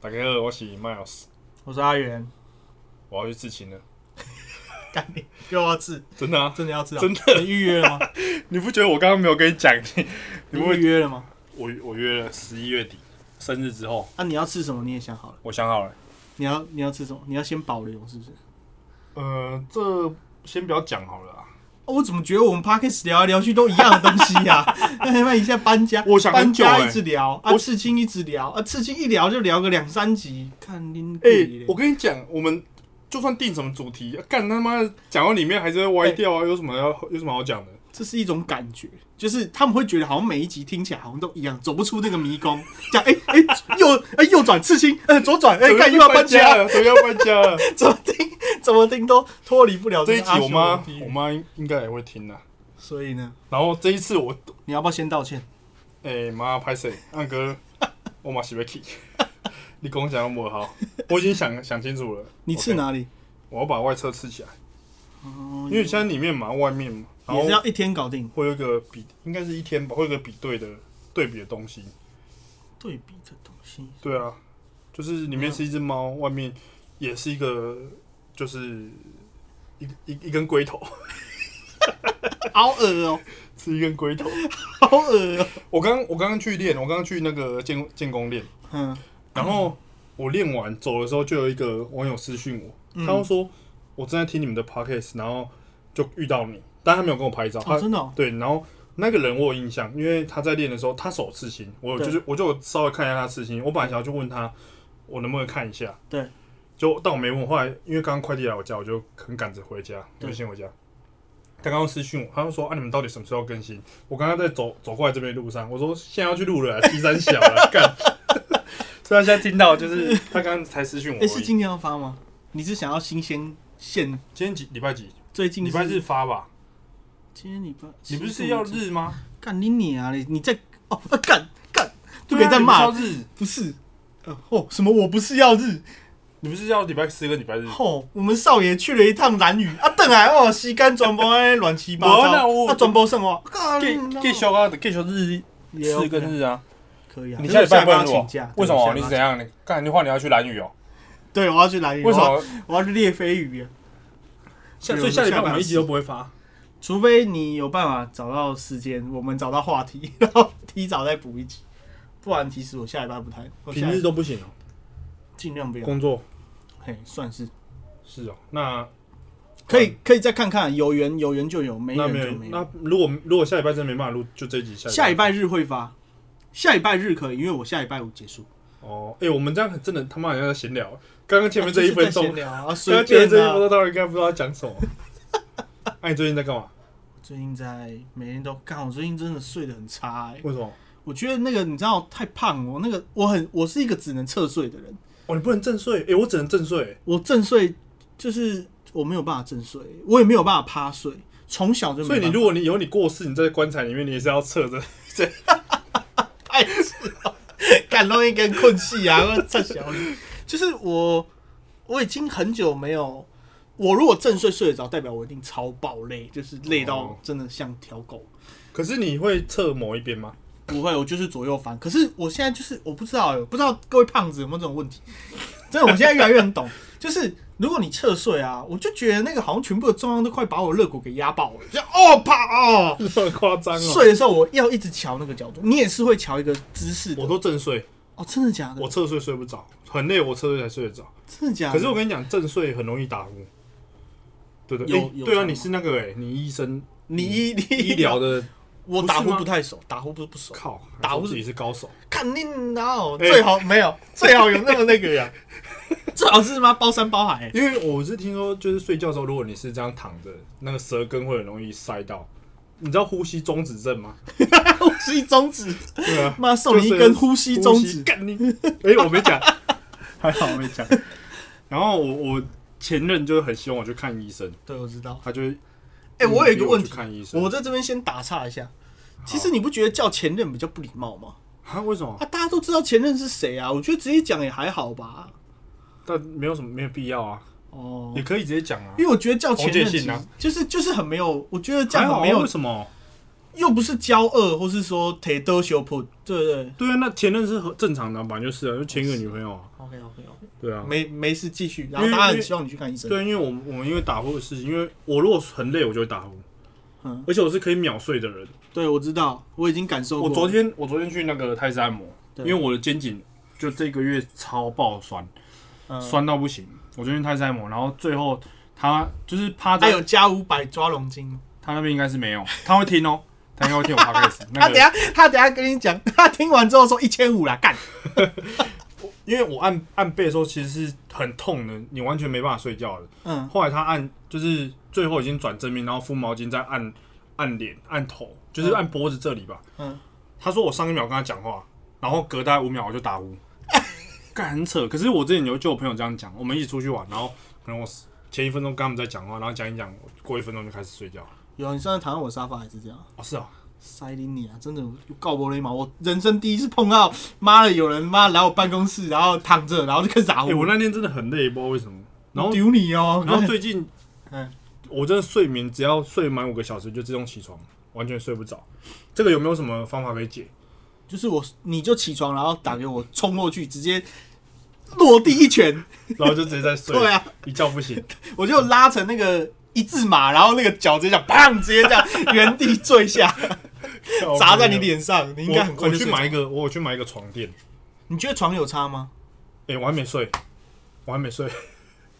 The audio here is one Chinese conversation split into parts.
大家好，我是 Miles，我是阿元，我要去刺青了，干你又要吃，真的啊！真的要吃、啊，真的你预约 了吗？你不觉得我刚刚没有跟你讲？ 你你你不会预约了吗？我我约了十一月底生日之后，啊，你要吃什么你也想好了，我想好了。你要你要吃什么？你要先保留是不是？呃，这先不要讲好了啊。哦，我怎么觉得我们 podcast 聊来聊去都一样的东西 呀、啊？那他妈一下搬家，我想很搬久家欸一直聊，啊，我刺青一直聊，啊，刺青一聊就聊个两三集，看你哎、嘞我跟你讲，我们就算定什么主题，啊干他妈的讲到里面还是会歪掉啊！有什么要有什么好讲的？这是一种感觉，就是他们会觉得好像每一集听起来好像都一样，走不出那个迷宫。讲哎哎右哎右转刺青，呃左转哎干又要搬家，了，怎么要搬家了？ 怎么听怎么听都脱离不了 这个一集阿修我妈罗地狱我妈应该也会听啊。所以呢，然后这一次我你要不要先道歉？哎妈拍谁？安哥， 我嘛是要去。 你跟我讲我好，我已经想想清楚了。你刺 OK，哪里？我要把外侧刺起来，哦因为现在里面嘛，外面嘛，然也后是要一天搞定会有一个比，应该是一天吧，会有一个比对的对比的东西。对比的东西。对啊，就是里面是一只猫，外面也是一个，就是一一一根龟头， 好恶哦、是一根龟头。 好恶哦、我刚我刚刚去练，我刚刚去那个建建工练，嗯，然后我练完走的时候，就有一个网友私讯我，嗯他就说我正在听你们的 podcast，然后就遇到你，但他没有跟我拍照，哦，他真的、哦，对，然后那个人我有印象，因为他在练的时候，他手刺青，我有就是我就有稍微看一下他刺青，我本来想要去问他，我能不能看一下，对，就但我没问，后来因为刚刚快递来我家，我就很赶着回家，我对就先回家。他刚刚私讯我，他就说啊，你们到底什么时候更新？我刚刚在走走过来这边的路上，我说现在要去录了啊，七三小 了，干。所以他现在听到就是他刚刚才私讯我而哎、已，是今天要发吗？你是想要新鲜现？今天几礼拜几？最近礼拜日，发吧？今天礼拜，你不是要日吗？干你你啊你你在哦啊干干，就对别啊再骂、你不是要日，不是，呃哦什么我不是要日你不是要礼拜四跟礼拜日？吼、我们少爷去了一趟蓝屿啊，邓来哦西干转播哎乱七八没啦糟，我啊转播什么？给给小啊，给小日也四 OK 跟日啊。可以啊，你可是下礼我拜不能班要录请哦假？，为什对么？我下你是班怎样？你干你话你要去蓝屿哦？对，我要去蓝屿。为什我要？么？我要去练飞鱼啊！哦下所对以我们下礼拜下我们班一集都不会发。除非你有办法找到时间，我们找到话题，然后提早再补一集。不然，其实我下礼拜不太，我下啊平礼日都不行哦，尽量不要。工作嘿，算是是哦。那可嗯以，可以再看看，有缘有缘就有，没那缘没就有没有。那如果如果下礼拜真的没办法录，就这一集下下礼礼拜日会发，下礼拜日可以，因为我下礼拜五结束。哦。哎，我们这样很真的他妈好像在闲聊。刚刚前面这一分钟，啊就是在闲刚聊啊，随刚前面便这一分啊。钟，到底应该不知道讲什么。 哎，你最近在干嘛？最近在每天都干，我最近真的睡得很差哎、为什么？我觉得那个你知道太胖了，我那个我很我是一个只能侧睡的人，哦，你不能正睡，哎，我只能正睡。我正睡就是我没有办法正睡，我也没有办法趴睡，从小就没所以你如果你有你过世，你在棺材里面，你也是要侧着。太迟 了，敢啊弄一根困气啊，我太小你。就是我我已经很久没有，我如果正睡睡得着，代表我一定超爆累，就是累到哦真的像条狗。可是你会侧某一边 吗？不会，我就是左右翻。可是我现在就是我不知道，不知道各位胖子有没有这种问题？真的，我现在越来越很懂，就是如果你侧睡啊，我就觉得那个好像全部的中央都快把我肋骨给压爆了，就哦啪哦。这么夸张哦！睡的时候我要一直瞧那个角度，你也是会瞧一个姿势的我都正睡，哦，真的假的？我侧睡睡不着，很累，我侧睡才睡得着。真的假的？可是我跟你讲，正睡很容易打呼。对对，有诶有对差啊，吗你是那个哎、你医生你医你医疗的，不我是打呼吗不太熟，打呼不不熟，靠，打呼自己是高手。肯定的哦，哎最好没有，最好有那么那个呀，最好是妈包山包 海。 欸因为我是听说，就是睡觉的时候，如果你是这样躺着，那个舌根会很容易塞到。你知道呼吸中止 症吗？呼吸终止，对啊，妈送你一就是根呼吸中止，干 你！哎、我没讲， 还好我没讲。然后我我前任就很希望我去看医生，对，我知道。他就哎、哎、我有一个问去题，看医生，我在这边先打岔一下。其实你不觉得叫前任比较不礼貌吗？啊为什么？啊，大家都知道前任是谁啊，我觉得直接讲也还好吧。但没有什么没有必要啊，哦也，可以直接讲啊。因为我觉得叫前任同其界性实啊就是就是很没有，我觉得这还样好很啊没有为，什么？又不是骄傲，或是说铁都修破，对不对对啊，那前任是很正常的啊，本来就是啊，就前一个女朋友啊， ？OK OK OK，对啊，没没事，继续。然因后为大家因很为希望你去看医生。，对，因为我们我们因为打呼的事情，因为我如果很累，我就会打呼，嗯而且我是可以秒睡的人。对，我知道，我已经感受过我了。昨天我昨天去那个泰式按摩，对因为我的肩颈就这个月超爆酸，嗯酸到不行。我昨天去泰式按摩，然后最后他就是趴他在有加五百抓龙筋吗？他那边应该是没有，他会听哦，他应该会 听我 podcast 那他个啊等下他等下跟你讲， 他听完之后说一千五啦，干。因为我按按背的时候其实是很痛的，你完全没办法睡觉的。嗯，后来他按就是最后已经转正面，然后敷毛巾再按按脸、按头，就是按脖子这里吧。嗯，他说我上一秒跟他讲话，然后隔大概五秒我就打呼， 干很扯。可是我之前有就有朋友这样讲，我们一起出去玩，然后可能我前一分钟跟他们在讲话，然后讲一讲，过一分钟就开始睡觉。有你上次躺在我沙发也是这样。哦，是啊，塞林你啊！真的有告波雷毛，我人生第一次碰到，妈的，有人妈来我办公室，然后躺着，然后就开始打哎、啊我，我那天真的很累，不知道为什么。然后丢你哦、然后最近嗯，我真的睡眠只要睡满五个小时就自动起床，完全睡不着。这个有没有什么方法可以解？就是我，你就起床，然后打给我，冲过去，直接落地一 拳，然后就直接在睡，对啊，一觉不醒。我就拉成那个一字马，然后那个脚直接这样砰，直接这样原地 坠下， 砸在你。脸上，你应该很哦我快我就去睡买一着。个，我有去买一个床垫。你觉得床有差吗？哎、我还没睡，我还没睡，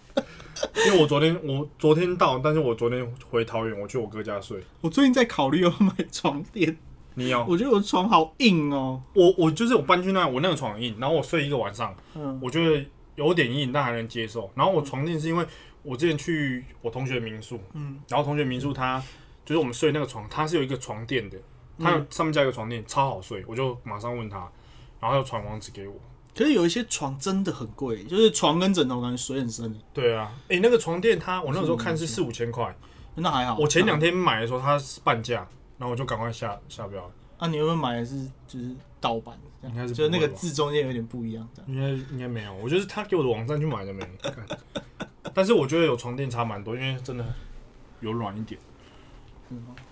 因为我昨天我昨天到，但是我昨天回桃园，我去我哥家睡。我最近在考虑要买床垫， 你要我觉得我的床好硬哦、我我就是我搬去那，我那个床很硬，然后我睡一个晚上，嗯，我觉得有点硬，但还能接受。然后我床垫是因为我之前去我同学民宿，嗯，然后同学民宿它就是我们睡那个床，它是有一个床垫的，它嗯有上面加一个床垫，超好睡。我就马上问他，然后他有传网址给我。可是有一些床真的很贵，就是床跟枕头感觉水很深，欸对啊，诶、那个床垫它我那个时候看是四五千块，那还好。我前两天买的时候它是半价，然后我就赶快下下标了，啊，你会不会买的是就是盗版？这样应该是不就会是那个吧字中间有点不一样，这样。应该应该没有，我就是他给我的网站去买的没。干但是我觉得有床垫差蛮多，因为真的有软一点。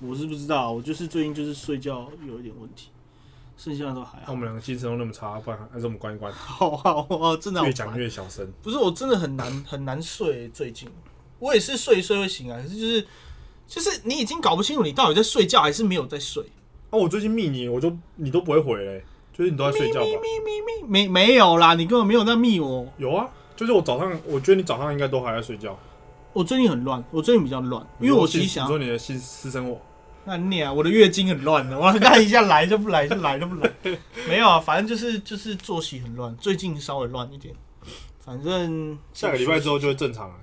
我是不知道，我就是最近就是睡觉有一点问题，剩下的都还那我好。们两个精神都那么差，不然还还是我们关一关， 好好哦，真的好越烦讲越小声。不是我真的很难很难睡，最近我也是睡一睡会醒啊来，可是就是就是你已经搞不清楚你到底在睡觉还是没有在睡。哦，我最近密你，我就你都不会回嘞、就是你都在睡觉吧？咪没没有啦，你根本没有在密我。有啊，就是我早上，我觉得你早上应该都还在睡觉，我最近很乱，我最近比较乱，因为我其实想你要说你的性私生活，那你啊，我的月经很乱的，我 看一下来就不来，就来就不来， 没有啊，反正就是就是作息很乱，最近稍微乱一点，反正下个礼拜之后就会正常了。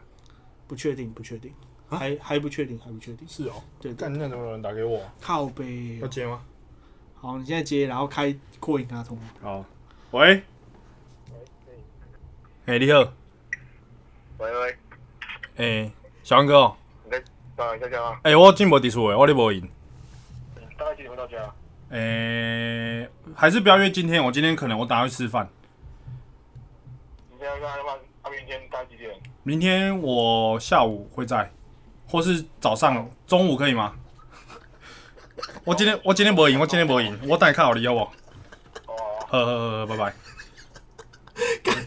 不确定，不确定，还还不确定，还不确定，是哦，对对，干那怎么有人打给我啊、靠背要，接吗？好，你现在接，然后开啊扩音跟他通话，好，喂，哎、你好，喂喂，哎、小安哥哦，你在打一下家吗？哎、我进无伫厝诶，我咧无闲，大概几点回到家？哎、还是不要约今天，我今天可能我打算去吃饭，你现在在那边，那边天大概几点？明天我下午会在，或是早上中午可以吗？ 我今天我今天无赢，我今天无赢，我等下看好你好不好？哦，呵呵呵，拜拜。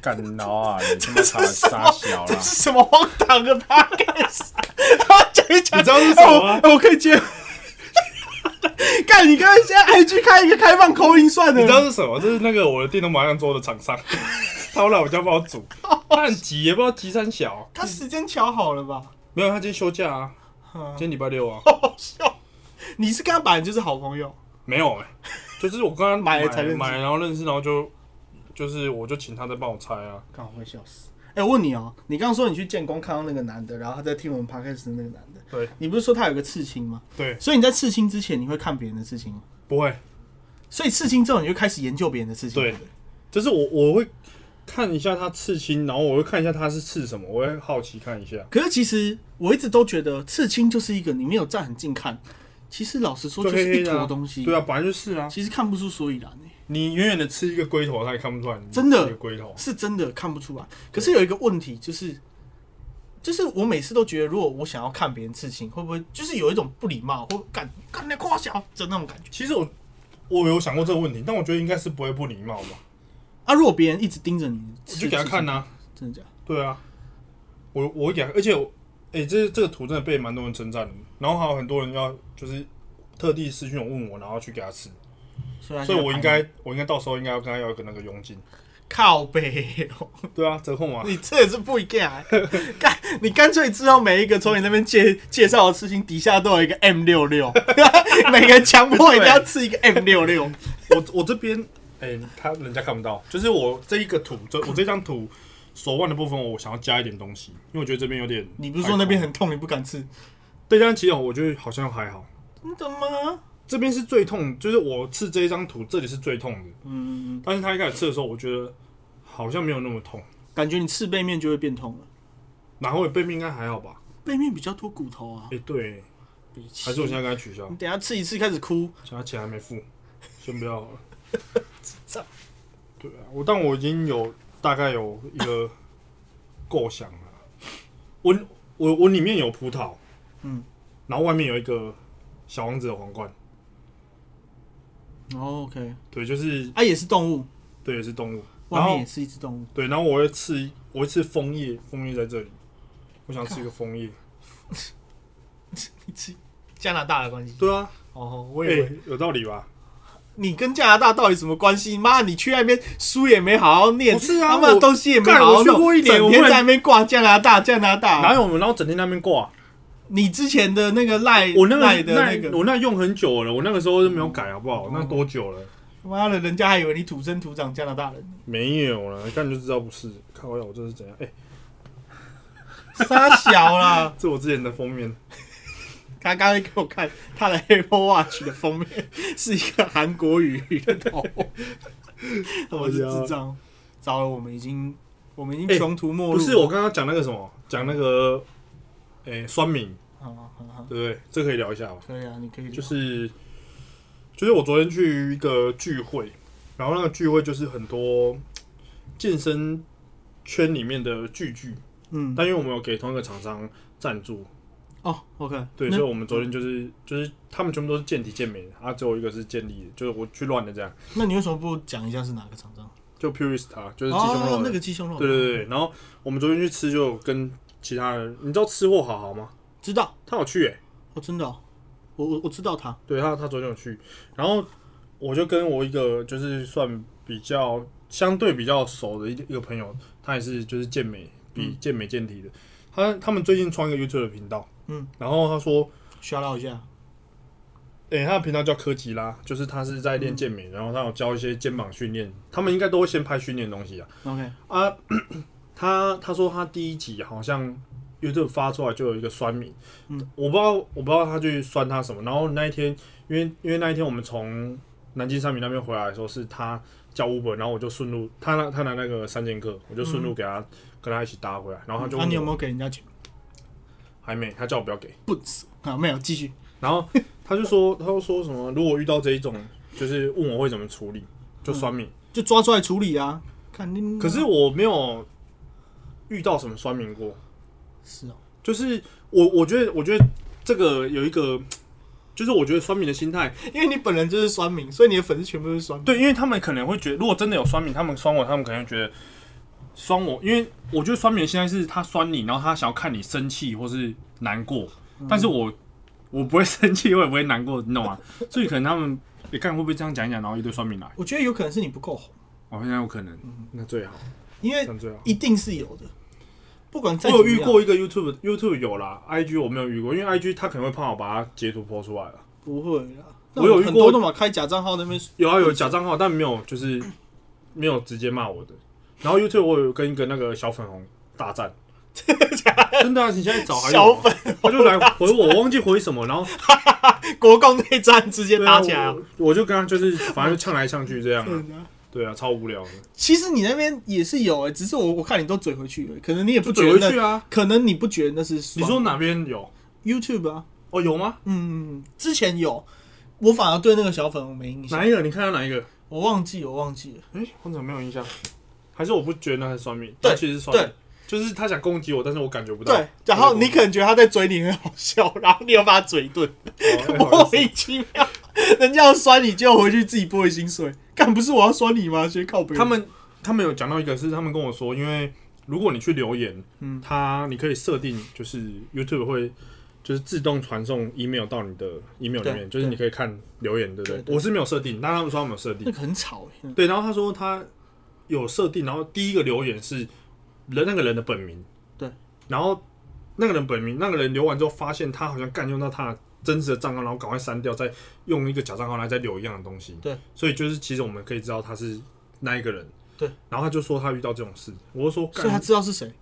干老啊！你他妈傻什傻么小这啦！是什么荒唐的 podcast？他 讲一讲，你知道是什么吗哎我哎我可以接。干，你刚才现在 IG 开一个开放口音算了，你知道是什么？这是那个我的电动麻将桌的厂商， 他有来我家帮我煮，他很急，也不知道急三小。他时间瞧好了吧？没有，他今天休假 啊，嗯今天礼拜六啊。好笑。你是跟他本来就是好朋友，没有哎、 就是我刚刚买了了才认识买了，然后认识，然后就就是我就请他再帮我猜啊。刚好会笑死。哎、我问你哦、你刚刚说你去建工看到那个男的，然后他在听我们 podcast 的那个男的，对你不是说他有个刺青吗？对，所以你在刺青之前，你会看别人的刺青吗，不会，所以刺青之后，你就开始研究别人的刺青。对，就是我我会看一下他刺青，然后我会看一下他是刺什么，我会好奇看一下。可是其实我一直都觉得刺青就是一个你没有站很近看，其实老实说就就黑是黑一的、坨啊，东西。对啊，，本来就是啊。其实看不出所以然、欸你远远的吃一个龟头，他也看不出来你真的是一个龟头。是真的看不出来。可是有一个问题就是，就是我每次都觉得，如果我想要看别人刺青，会不会就是有一种不礼貌，或干干那夸小的那种感觉其实我我有想过这个问题，但我觉得应该是不会不礼貌吧，啊？如果别人一直盯着你我刺，就给他看呐、呐，真的假的？对啊，我我会给他，而且我，哎、这这个图真的被蛮多人称赞的，然后还有很多人要就是特地私讯我问我，然后去给他吃，所以他所以我应现在该我应该到时候应该要跟他要一个那个佣金，靠背哦、对啊，折扣嘛， 你这也是不一样， 干你干脆知道每一个从你那边介介绍的事情底下都有一个 M 六六， 每个强迫一定要吃一个 M 六六。我我这边，哎、他人家看不到，就是我这一个图，这我这张图手腕的部分，我想要加一点东西，因为我觉得这边有点， 你不是说那边很痛，你不敢吃？对，但其实我觉得好像还好，真的吗？这边是最痛，就是我刺这一张图，这里是最痛的，嗯，但是他一开始刺的时候，我觉得好像没有那么痛，感觉你刺背面就会变痛了，然后背面应该还好吧？背面比较多骨头啊哎、。对，比起还是我现在给他取消你，等一下吃一次开始哭，想要钱还没付，先不要 好了。障对啊，我但我已经有大概有一个构想了。我我我里面有葡萄，嗯，然后外面有一个小王子的皇冠，哦 OK，对，就是啊也是动物，对，也是动物。然外面后也是一只动物，对，然后我会刺，我会刺枫叶，枫叶在这里，我想吃一个枫叶。 你吃加拿大的关系。对啊，哦，我哎、有道理吧？你跟加拿大到底什么关系？妈，你去那边书也没好好念，不是啊他妈我东西也没好干我好去过一弄，年整我天忽然在那边挂加拿大，加拿哪大。有我们然后整天在那边挂？你之前的那个赖，我那赖个的那那个，哦我那用很久了，我那个时候就没有改，好不好？那多久了？妈的，人家还以为你土生土长加拿大人，没没有了，一看就知道不是。看我我这是怎样？哎、傻小 啦！这我之前的封哦面，他刚才给我看他的 Apple Watch 的封面是一个韩国语的头，哎我是智障。糟了，我们已经我们已经哎穷途末路。不是我刚刚讲那个什么，讲那个，哎、酸敏，好，好好好，对不对？这可以聊一下吧。可以啊，你可以聊。就是就是我昨天去一个聚会，然后那个聚会就是很多健身圈里面的聚聚，嗯，但因为我们有给同一个厂商赞助，哦，OK，对，那所以我们昨天就是就是他们全部都是健体健美的，啊，只有一个是健力的，就是我去乱的这样，那你为什么不讲一下是哪个厂商？就 Purista 就是鸡胸肉哦，的那个鸡胸肉，对对对，对然后我们昨天去吃就有跟其他人，你知道吃货好好吗？知道，他有去诶、我真的哦、我我我知道他，对他他昨天有去，然后我就跟我一个就是算比较相对比较熟的一一个朋友，他也是就是健美比健美健体的，他他们最近创一个 YouTube 的频道，嗯，然后他说刷到一下，诶、他的频道叫科吉拉，就是他是在练健美，然后他有教一些肩膀训练，他们应该都会先拍训练的东西啊。 OK，啊， 他他说他第一集好像 YouTube 发出来就有一个酸民，嗯我不知道我不知道他去酸他什么。然后那一天，因为因为那一天我们从南京三明那边回来的时候，是他叫 Uber，然后我就顺路，他拿他拿那个三剑客，我就顺路给他、跟他一起搭回来，然后他就嗯啊，问你有我没有给人家钱？ 还没，他叫我不要给，不死啊，没有，继续。然后他就说 他就说什么，如果遇到这一种，就是问我会怎么处理，就酸民。就抓出来处理啊！看你，可是我没有遇到什么酸民过。是哦，就是我我觉得我觉得这个有一个，就是我觉得酸民的心态，因为你本人就是酸民，所以你的粉丝全部都是酸民。对，因为他们可能会觉得，如果真的有酸民，他们酸我，他们可能会觉得酸我，因为我觉得酸民的心态是他酸你，然后他想要看你生气或是难过，但是我我不会生气，我也不会难过，你懂吗？所以可能他们。你看会不会这样讲一讲，然后一堆酸民来？我觉得有可能是你不够红，我哦现在有可能，嗯那最好，因这为样最好。一定是有的，不管我哎再怎啊有么遇样过一个 YouTube，YouTube 有啦，IG 我没有遇过，因为 IG 他可能会怕我把它截图抛出来啊了。不会啦。我有遇过很多都嘛开假账号那边，有啊，有假账号，但没有 就是没有直接骂我的。然后 YouTube 我有跟一个那个小粉红大 战，真的啊，你现在找还有小啊他就来回我，我忘记回什么，然后啊国共内战直接对 打啊起来啊。我我就跟他就是反正就呛来呛去这样啊，真的啊对啊，超无聊的，其实你那边也是有哎、只是我我看你都嘴回去了，可能你也不就觉怼得回那去啊。可能你不觉得那是你酸说哪边有？ YouTube 啊？哦，有吗？嗯，之前有，我反而对那个小粉红没印象，哪一个？你看到哪一个？我忘记，我忘记了。哎，我怎么没有印象？还是我不觉得那是算命？对那其实是算对命。就是他想攻击我，但是我感觉不到。对，然后你可能觉得他在追你很好笑，然后你又把他嘴一顿， 哦 不莫好意思名其妙。 人家要酸你，就回去自己拨一心碎。干不是我要酸你吗？先靠背。他们他们有讲到一个是他们跟我说，因为如果你去留言，嗯他你可以设定就是 YouTube 会就是自动传送 email 到你的 email 里面，对就是你可以看留言，对不对？对对我是没有设定，但他们说他们有设定那。个很吵、欸，对，然后他说他有设定，然后第一个留言是人那个人的本名，对，然后那个人本名，那个人留完之后发现他好像干用到他的真实的账号，然后赶快删掉，再用一个假账号来再留一样的东西，对，所以就是其实我们可以知道他是那一个人，对，然后他就说他遇到这种事，我就说所以他干，知道是谁。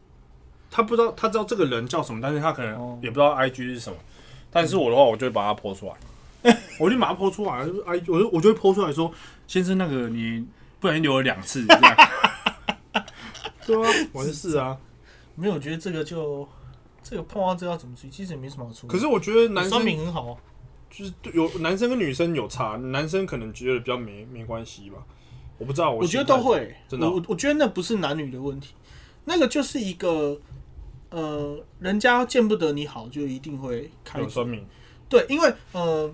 他不知道他知道这个人叫什么，但是他可能哦也不知道 IG 是什么，但是我的话我就会把它泼出来。 我就把它泼出来，就是哎，我就我就会泼出来说，先生，那个你不小心留了两次，这 样。对啊，完事啊。没有，我觉得这个就这个碰到这要怎么去，其实也没什么好处。可是我觉得男酸生民很好啊，就是对有男生跟女生有差，男生可能觉得比较没没关系吧，我不知道，我我觉得心态都会、欸真的哦我我觉得那不是男女的问题，那个就是一个呃，人家见不得你好，就一定会开有说明，对，因为呃，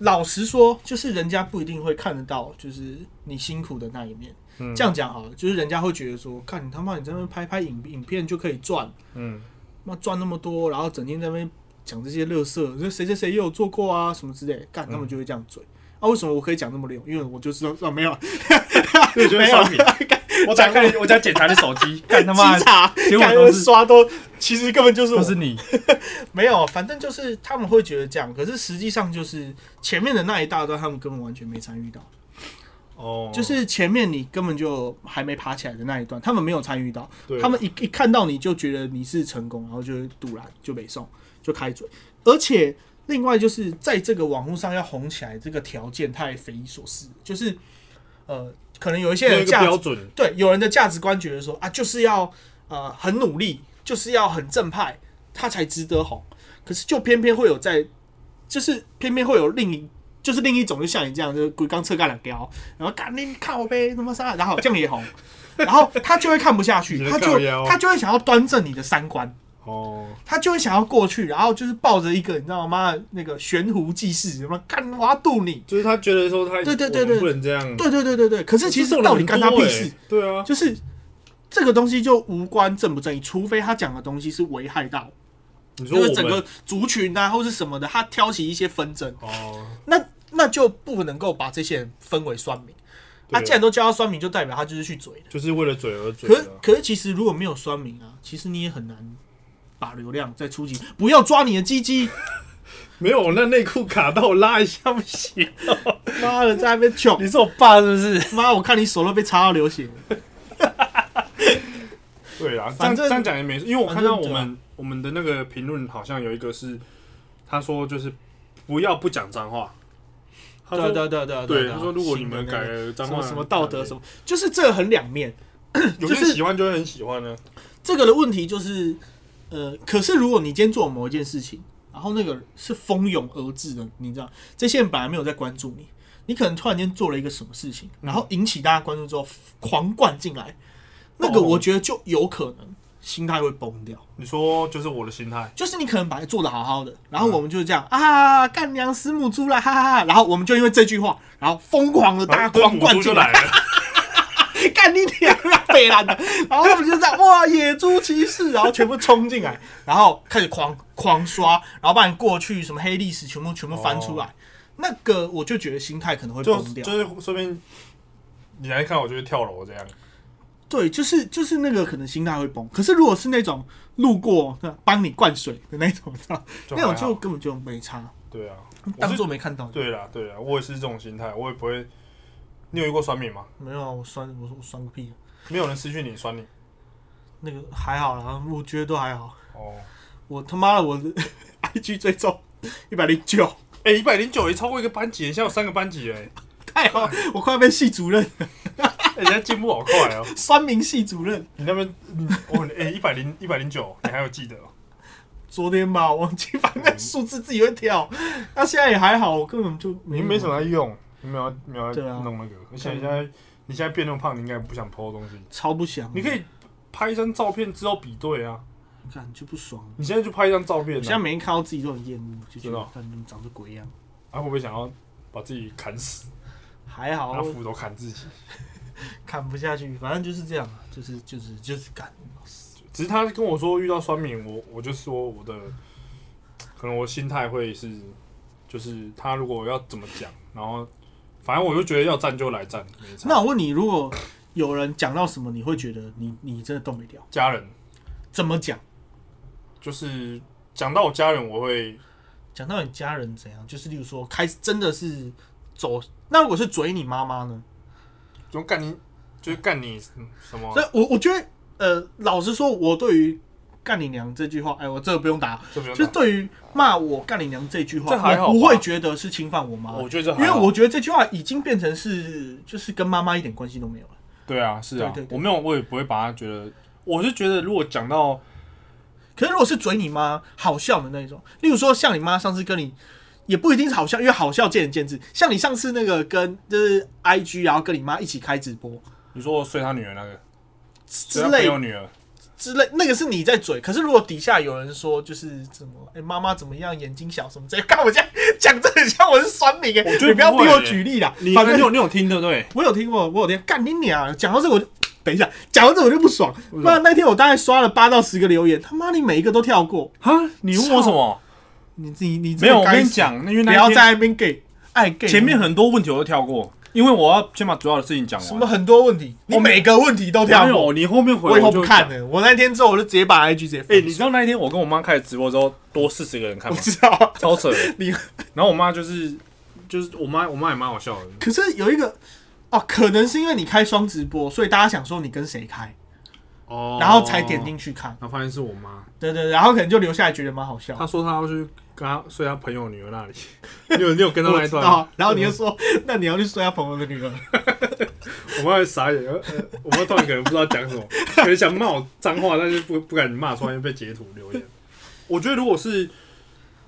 老实说，就是人家不一定会看得到，就是你辛苦的那一面。嗯这样讲好了，就是人家会觉得说，看你他妈你在那边拍拍影影片就可以赚， 嗯，妈赚那么多，然后整天在那边讲这些乐色，就谁谁谁也有做过啊什么之类的，干他嗯们就会这样嘴。啊，为什么我可以讲那么溜？因为我就知道啊，没有，我觉得没有酸民，啊 我打开我家检查你手 机，干他妈稽查，结果干都是刷都，其实根本就是我都是你，没有，啊反正就是他们会觉得这样，可是实际上就是前面的那一大段，他们根本完全没参与到。哦，就是前面你根本就还没爬起来的那一段，他们没有参与到，对他们一一看到你就觉得你是成功，然后就堵拦，就北送，就开嘴。而且另外就是在这个网络上要红起来，这个条件太匪夷所思，就是呃，可能有一些有人一个价值标准，对，有人的价值观觉得说啊，就是要呃很努力，就是要很正派，他才值得红。可是就偏偏会有在，就是偏偏会有另一，就是另一种，就像你这样，就是鬼刚侧干两雕，然后干你靠呗，他妈啥，然后这样也红，然后他就会看不下你去，的他靠就腰他就会想要端正你的三观。哦，他就会想要过去，然后就是抱着一个你知道吗？那个悬壶济世，什么看我要渡你。就是他觉得说他对对对我们对不能这样，对对对对对。可是其这实种人到底干他很多屁欸事？对啊，就是这个东西就无关正不正义，除非他讲的东西是危害到，你说我就们是整个族群啊或是什么的，他挑起一些纷争，哦，那那就不能够把这些人分为酸民。对啊，既然都叫他酸民，就代表他就是去嘴的。就是为了嘴而嘴可是啊，可是其实如果没有酸民啊，其实你也很难把流量再出击。不要抓你的鸡鸡，没有，那内裤卡到我拉一下不 行。妈的在那边穷，你是我爸是不是？妈我看你手都被插到流血了。对啊，这样反这正样讲也没事，因为我看到我反啊们我们的那个评论好像有一个是，他说就是不要不讲脏话。他对啊说对啊对啊对啊对，啊他说如果你们新的改那个了脏什话么什么道德什么，么，就是这个很两面。有就些是喜欢就会很喜欢啊呢。这个的问题就是，呃，可是如果你今天做某一件事情，然后那个是蜂拥而至的，你知道，这些人本来没有在关注你，你可能突然间做了一个什么事情，然后引起大家关注之后，狂灌进来，那个哦我觉得就有可能心态会崩掉。你说就是我的心态，就是你可能把它做的好好的，然后我们就这样、啊，干娘死母猪啦，哈哈哈！然后我们就因为这句话，然后疯狂的大家然后狂母灌猪进就来了。 干你娘啊，北兰的！然后他们就这样，哇，野猪骑士，然后全部冲进来，然后开始狂狂刷，然后把你过去什么黑历史全部全部翻出来。哦那个我就觉得心态可能会就崩掉，就是说明你来看我就会跳楼这样。对，就是就是那个可能心态会崩。可是如果是那种路过那帮你灌水的那种，就那还好种就根本就没差，对啊，我当是做没看到。对啦对啦，我也是这种心态，我也不会。你有遇过酸民吗？没有啊，我酸我我酸个屁啊，没有人失去你酸你那个还好啦，我觉得都还好。哦。我他妈的我的 IG 追踪一百零九，哎、一百零九也超过一个班级，现在有三个班级哎、太好了，我快要被系主任欸，人家进步好快哦、酸民系主任，你那边，嗯哦，哎、1一百零一百零九，你还有记得、哦？昨天吧，我忘记，反正数字自己会跳。那现在也还好，我根本就你没什么在用，你没有要没有要对啊弄那个，而且你现在你现在变那么胖，你应该不想剖东西。超不想。你可以拍一张照片之后比对啊。看就不爽。你现在就拍一张照片、我现在啊，每天看到自己都很厌恶，就觉真的得哦看你们长这鬼样。还、会不会想要把自己砍死，还拿好斧头砍自己？看不下去，反正就是这样，啊就是就是就是干。只是他跟我说遇到酸敏，我我就说我的可能我心态会是，就是他如果要怎么讲，然后反正我就觉得要站就来站，没差。那我问你，如果有人讲到什么，你会觉得你你真的动没掉？家人怎么讲？就是讲到我家人，我会讲到你家人怎样？就是例如说，开始真的是走。那如果是嘴你妈妈呢？就干你，就是干你什么所？以我我觉得，呃，老实说，我对于“干你娘”这句话，哎，我这个不用打，这不用就是打对于骂我“干你娘”这句话，这还好吧我不会觉得是侵犯我妈，我觉得这因还为好我觉得这句话已经变成是，就是跟妈妈一点关系都没有了。对啊，是啊，对对对我没有，我也不会把他觉得，我是觉得如果讲到可是如果是嘴你妈好笑的那种，例如说像你妈上次跟你，也不一定是好笑，因为好笑见仁见智。像你上次那个跟就是 I G，然后跟你妈一起开直播你说我睡他女儿那个，之睡他朋类友女儿，之类，那个是你在嘴。可是如果底下有人说就是怎么，哎妈妈怎么样，眼睛小什么之类， 看我这样讲这很像我是酸民哎、我觉得你不要不逼会我耶举例啦，你反你正有你有听对不对？我有听过，我有听，干你娘！讲到这个我就。等一下，讲到这我就不爽。么妈，那天我大概刷了八到十个留言，他妈你每一个都跳过，啊，你问我什么？你自己你没有，我真的该跟你死讲，因为不那一要天在那边 gay 爱 gay。前面很多问题我都跳过，因为我要先把主要的事情讲完。什么很多问题，你每个问题都没跳过。有？你后面回我以后就不看讲。了。我那天之后我就直接把 IG 直接哎、封你锁。知道那一天我跟我妈开始直播之后，多四十个人看我吗？知道啊超扯的。你，然后我妈就是就是我妈，我妈也蛮好笑的。可是有一个哦，可能是因为你开双直播，所以大家想说你跟谁开，哦然后才点进，去看。然后发现是我妈，对对，对然后可能就留下来觉得蛮好笑。她说她要去跟她睡她朋友女儿那 里。你有你有跟到那我一知段吗？道啊，然后你就说， 那你要去睡他朋友的女儿。 我妈会傻眼，呃呃我妈突然可能不知道讲什 么，可能想骂我脏话，但是不不敢骂出来，因为被截图留言。我觉得如果是，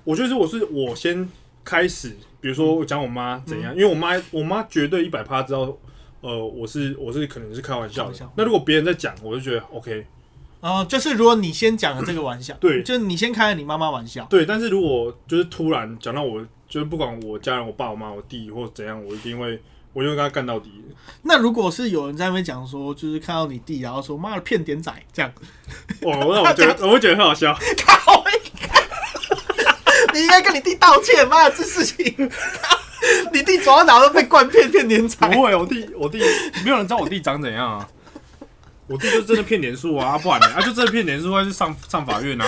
我觉得如果是我先开始，比如说我讲我妈怎嗯样，因为我妈我妈绝对一百趴知道，呃，我是我是可能是开玩笑开的玩笑那如果别人在讲，我就觉得 OK，哦，就是如果你先讲了这个玩笑，对就是你先开了你妈妈玩笑，对。但是如果就是突然讲到我，就是不管我家人、我爸、我妈、我弟或怎样，我一定会，我就会跟他干到底。那如果是有人在那边讲说，就是看到你弟，然后说妈的骗点仔这样， 哇，那我觉得我会觉得很好笑。靠！ 你应该跟你弟道歉，妈的这事情， 你弟走到哪都被灌骗骗点仔。不会，我弟我弟没有人知道我弟长怎样啊。我弟就真的骗脸数啊，啊不然呢？啊就真的骗脸数，他就上上法院啊。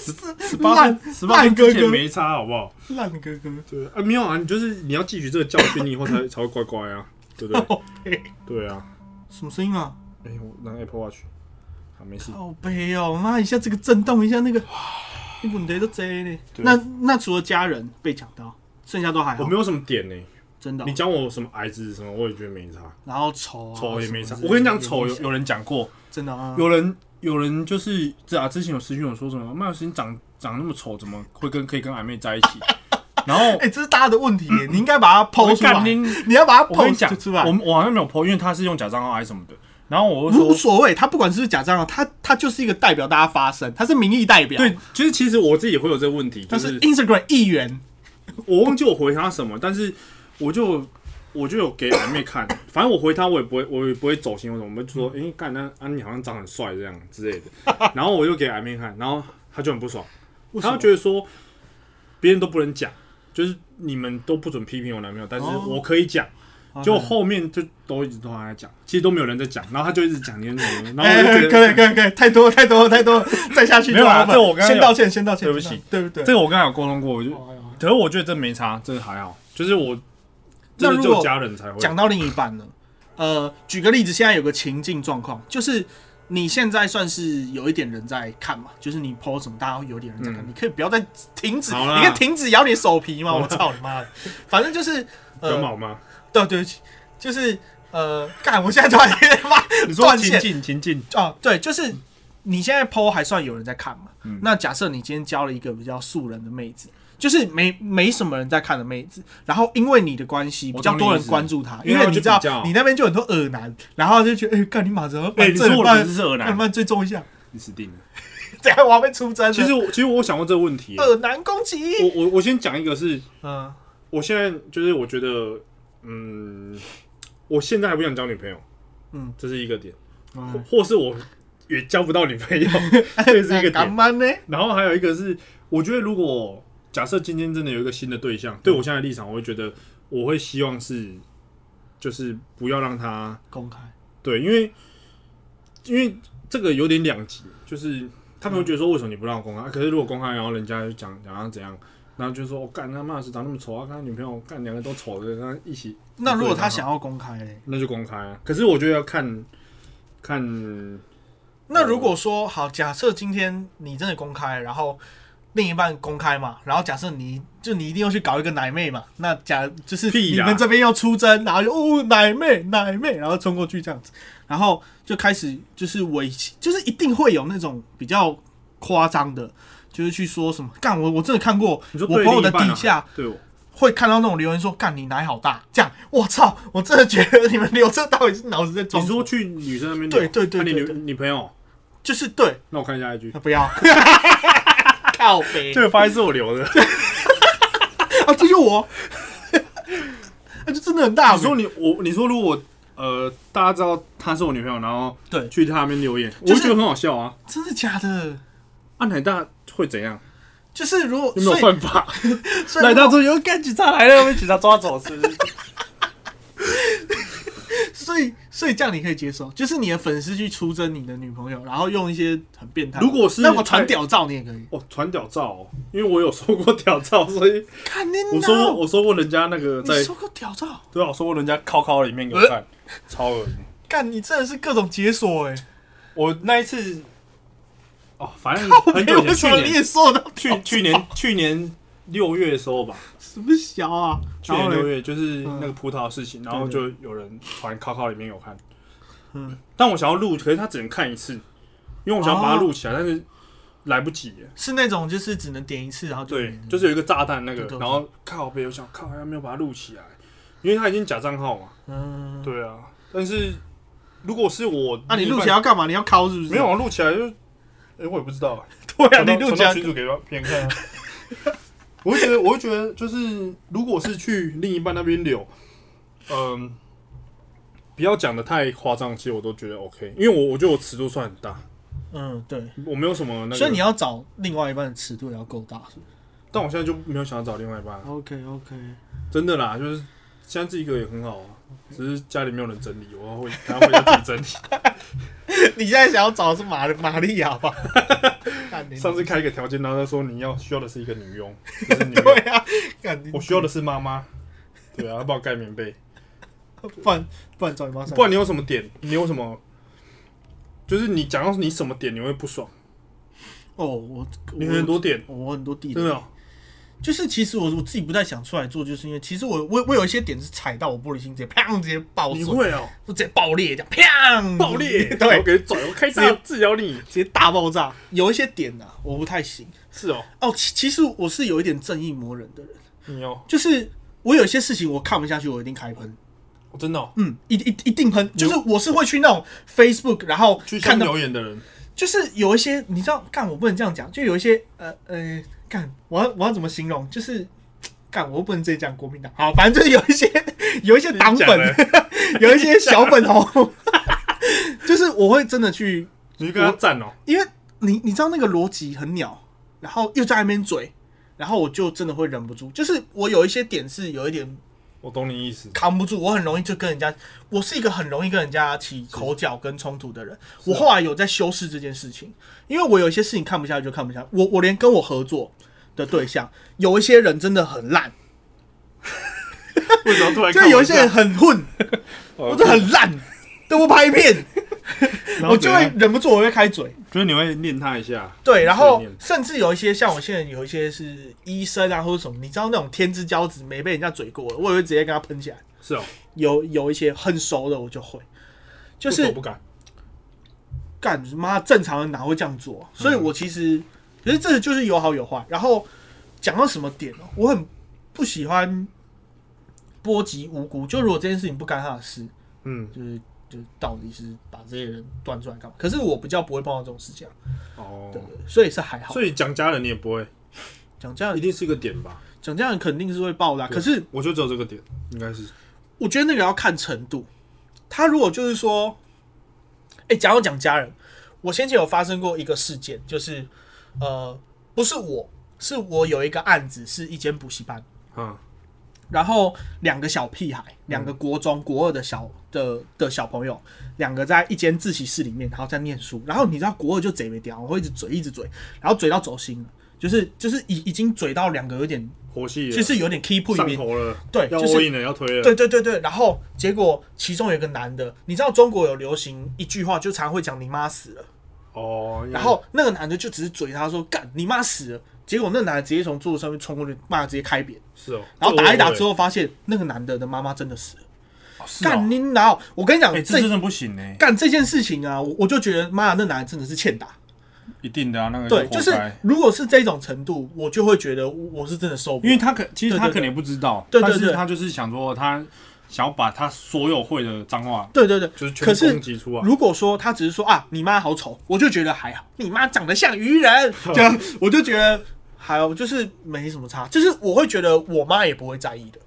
十十八烂分十八分烂哥之哥前没差，好不好？烂哥哥， 对啊，没有啊，你就是你要汲取这个教训，你以后才才会乖乖啊，对不对？对啊。什么声音啊？哎、我拿 Apple Watch，好没事。好悲哦，妈一下这个震动，一下 那个，你问题都这呢。对那那除了家人被讲到，剩下都还我好没，有什么点呢、真的哦、你讲我什么癌症什么，我也觉得没差，然后丑、啊，丑也没什差么。之类的我跟你讲，丑也有没有人讲过，真的啊，有人有人就是这啊，之前有私讯我说什么，麦老师你长长那么丑，怎么会跟可以跟俺妹在一起？ 然后哎、这是大家的问题 耶，你应该把它抛我出来，干你你要把它我跟抛你讲出来。，我我好像没有 po，因为他是用假账号还是什么的。然后我就无说无，所谓，他不管是不是假账号，他他就是一个代表大家发声，他是民意代表。对，其实其实我自己也会有这个问题，就但是是 Instagram 议员，我忘记我回他什么，但是我就我就有给俺妹看， 反正我回他我也不会，我也不会走心或什么，我就 说，哎、干那啊你好像长很帅这样之类 的。然后我就给俺妹看，然后他就很不爽，什么他觉得说别人都不能讲，就是你们都不准批评我男朋友，但是哦我可以讲。就后面就都一直都还在讲，其实都没有人在讲，然后他就一直讲你很 什么，然后哎、我就觉可得以可以可以，太多了太多了太多了，再下去没有啊就麻烦这我刚刚先有道歉，先道歉，对不先道歉起对不对？这个我刚才有沟通过，我就哎呦可是我觉得这没差，这还好，就是我那真的如只果有家人才会讲到另一半呢，呃，举个例子，现在有个情境状况，就是你现在算是有一点人在看嘛，就是你 PO 什么，大家会有点人在看，嗯你可以不要再停止，好啦你可以停止咬你的手皮吗？我操你妈的！反正就是有呃，毛吗？对对不起，就是呃，干，我现在突然间他妈你说断情线境情境，哦，对，就是你现在 PO 还算有人在看嘛。嗯那假设你今天交了一个比较素人的妹子，就是没没什么人在看的妹子，然后因为你的关系，比我较懂多你人意思关注她，因为因他为们你去知道比较你那边就很多耳男，然后就觉得哎，干、你马怎么办？哎你这说怎我的么办名？字是耳干你男，妈追踪一下，你死定了。这样我要被出征了。其实我其实我想过这个问题，耳男攻击，我我我先讲一个是，嗯，我现在就是我觉得，嗯，我现在还不想交女朋友，嗯，这是一个点，或嗯或是我也交不到女朋 友， 这也是一个干点。嘛呢？然后还有一个是，我觉得如果假设今天真的有一个新的对象，对我现在的立场，我会觉得我会希望是，就是不要让他公开，对，因为因为这个有点两极，就是他们会觉得说，为什么你不让我公开？啊可是如果公开，然后人家就讲讲他怎样，然后就说，我、哦干他妈是长那么丑啊，跟他女朋友干两个都丑的，跟他一起，那如果对啊他想要公开嘞？那就公开啊。可是我觉得要看看，那如果说好，假设今天你真的公开，然后另一半公开嘛，然后假设你就你一定要去搞一个奶妹嘛，那假就是屁你啦们这边要出征，然后就哦奶妹奶妹，然后冲过去这样子，然后就开始就是猥亵，就是一定会有那种比较夸张的，就是去说什么干我我真的看过，你说我对朋友另的一半啊底下。对我，会看到那种留言说：“干你奶好大！”这样，我操！我真的觉得你们留这到底是脑子在装你什么？说去女生那边聊，啊对对对看你对女对女朋友，就是对，那我看一下 IG，那不要 靠北这个发现是我留的。 啊，这就我， 那就真的很大。你说你我，你说如果呃，大家知道她是我女朋友，然后对去她那边留言，我就就是觉得很好笑啊。真的假的？啊，奶大会怎样？就是如果有没有所以犯法？所以如大说有干警察来了，被警察抓走是不是？ 所以所以这样你可以接受，就是你的粉丝去出征你的女朋友，然后用一些很变态的。如果是那我传屌照你也可 以。哦，传屌照、哦，因为我有收过屌照，所以看你我说过我说过人家那个在你收个屌照，对啊，我说过人家靠靠里面给我看，超恶心。干你真的是各种解锁哎、我那一次，哦，反正我很久以 为什么前，你也收到去屌年去去年去年六月的时候吧，什么小啊？去然年后六嘞月就是那个葡萄的事情，然后对就有人传考考里面有看，嗯，但我想要录，可是他只能看一次，因为我想要把它录起来，但是来不及了。是那种就是只能点一次，然后就对，就是有一个炸弹那个对对，对然后靠北，我想靠，还没有把它录起来，因为他已经假账号嘛。嗯，对啊，但是如果是我，那、啊你录起来要干嘛？你要敲是不是？没有啊？录起来就，哎，我也不知道啊。 对啊，传到你录传起到来群主给别人看 啊。我会觉得，我会觉得，就是如果是去另一半那边留，嗯，不要讲的太夸张，其实我都觉得 OK，因为我我觉得我尺度算很大，嗯，对。我没有什么那个。所以你要找另外一半的尺度也要够大。但我现在就没有想要找另外一半，啊 OK OK，真的啦，就是现在自己一个也很好啊，只是家里没有人整理，我要会，然后回家自己整理。 你现在想要找的是玛玛利亚 吧？干 你上次开一个条件，然后他说你要需要的是一个女佣，不是女佣 对，啊，干你我需要的是妈妈。对啊，她帮我盖棉被。不然不然找你妈上。不然你有什么点？你有什么？就是你讲到你什么点你会不爽？哦，我你有很多点，我很多弟真弟，的哦。就是其实我我自己不太想出来做，就是因为其实我我我有一些点是踩到我玻璃心，直接砰直接爆你碎，会哦，就直接爆裂这样，砰，爆裂 对我，给你拽，我开始是哦治疗你。直接大爆炸。有一些点啊，我不太行。是哦，哦，其其实我是有一点正义魔人的人，你哦，就是我有些事情我看不下去，我一定开喷。我真的哦，嗯，一一一定喷，就是我是会去那种 Facebook，然后去看看到留言的人，就是有一些你知道，干我不能这样讲，就有一些呃呃，干我要我要怎么形容？就是干我又不能直接讲国民党，好，反正就是有 一些有一些党你讲粉， 有一些小粉红， 就是我会真的去，你就跟他站哦，因为你你知道那个逻辑很鸟，然后又在那边嘴，然后我就真的会忍不住，就是我有一些点是有一点我懂你意思。扛不住，我很容易就跟人家，我是一个很容易跟人家起口角跟冲突的人。啊我后来有在修饰这件事情，因为我有一些事情看不下去就看不下去。我我连跟我合作的对象，有一些人真的很烂，为什么突然就看我有一些人下，很混， 我我真的很 烂，都不拍片，我就会觉忍不住我会开嘴。得你会念他一下。对，然后碎念甚至有一些像我现在有一些是医生啊或者什么，你知道那种天之骄子没被人家嘴过的，我也会直接跟他喷起来。是哦，有有一些很熟的我就会，就为什是么不敢。干啊嗯妈正常人哪会这样做？所以我其实，可是这就是有好有坏。然后讲到什么点哦，我很不喜欢波及无辜。就如果这件事情不干他的事，嗯，就是就是到底是把这些人端出来干嘛？可是我比较不会碰到这种事情啊，哦对，所以是还好。所以讲家人你也不会，讲这样一定是一个点吧？讲这样肯定是会爆的啊、对可是我觉得只有这个点，应该是我觉得那个要看程度。他如果就是说，哎、假如讲家人，我先前有发生过一个事件，就是呃，不是我，是我有一个案子，是一间补习班，嗯然后两个小屁孩，两个国中、国二的小的的小朋友，两个在一间自习室里面，然后在念书。然后你知道国二就嘴没掉，我会一直嘴一直嘴，然后嘴到走心了，就是就是已已经嘴到两个有点，火气了就是有点 keep 不上头了，对，要就是 all in 了，要推了，对对对对，然后结果其中有一个男的，你知道中国有流行一句话，就常会讲你妈死了，哦，然后那个男的就只是嘴他说干你妈死了，结果那男的直接从桌子上面冲过去骂，直接开扁，是哦，然后打一打之后，后发现那个男的的妈妈真的死了，哦是哦干你老，我跟你讲哎，这这真的不行呢，干这件事情啊，我我就觉得妈那男的真的是欠打，一定的啊，那个对，活就是该如果是这种程度，我就会觉得我我是真的受不因了为，他可其实他对对对可能也不知道，对对对但是他就是想说他想要把他所有会的脏话对对对，就是可全是攻击出来，如果说他只是说啊，你妈好丑，我就觉得还好，你妈长得像鱼人，这样我就觉得还好，就是没什么差，就是我会觉得我妈也不会在意的，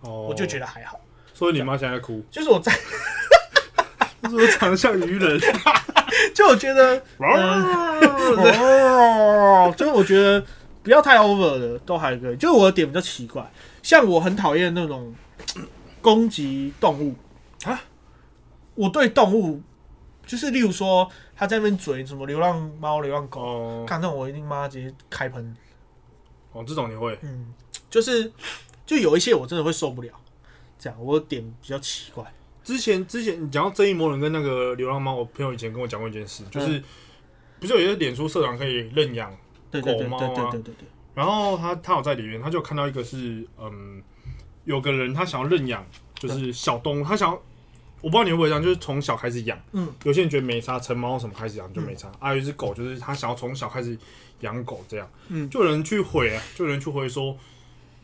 我我就觉得，得还好。哦所以你妈现在在 哭，就是我在，是我长得像鱼人，就我觉得，哦，就是我觉得不要太 over 了，都还可以。就是我的点比较奇怪，像我很讨厌那种攻击动物啊，我对动物就是例如说他在那边嘴什么流浪猫、流浪狗。哦看那种我一定妈直接开喷。哦，这种你会，嗯，就是就有一些我真的会受不了，这样我的点比较奇怪。之前之前你讲到正义魔人跟那个流浪猫，我朋友以前跟我讲过一件事，就是不是有些脸书社长可以认养，对对对狗对猫对啊对对对，然后他他有在里面，他就看到一个是嗯，有个人他想要认养，就是小动物，他想要。我不知道你会不会这样，就是从小开始养。嗯，有些人觉得没差，成猫什么开始养就没差。啊，有一只狗，就是他想要从小开始养狗这样。嗯就有人去回啊，就有人去回说，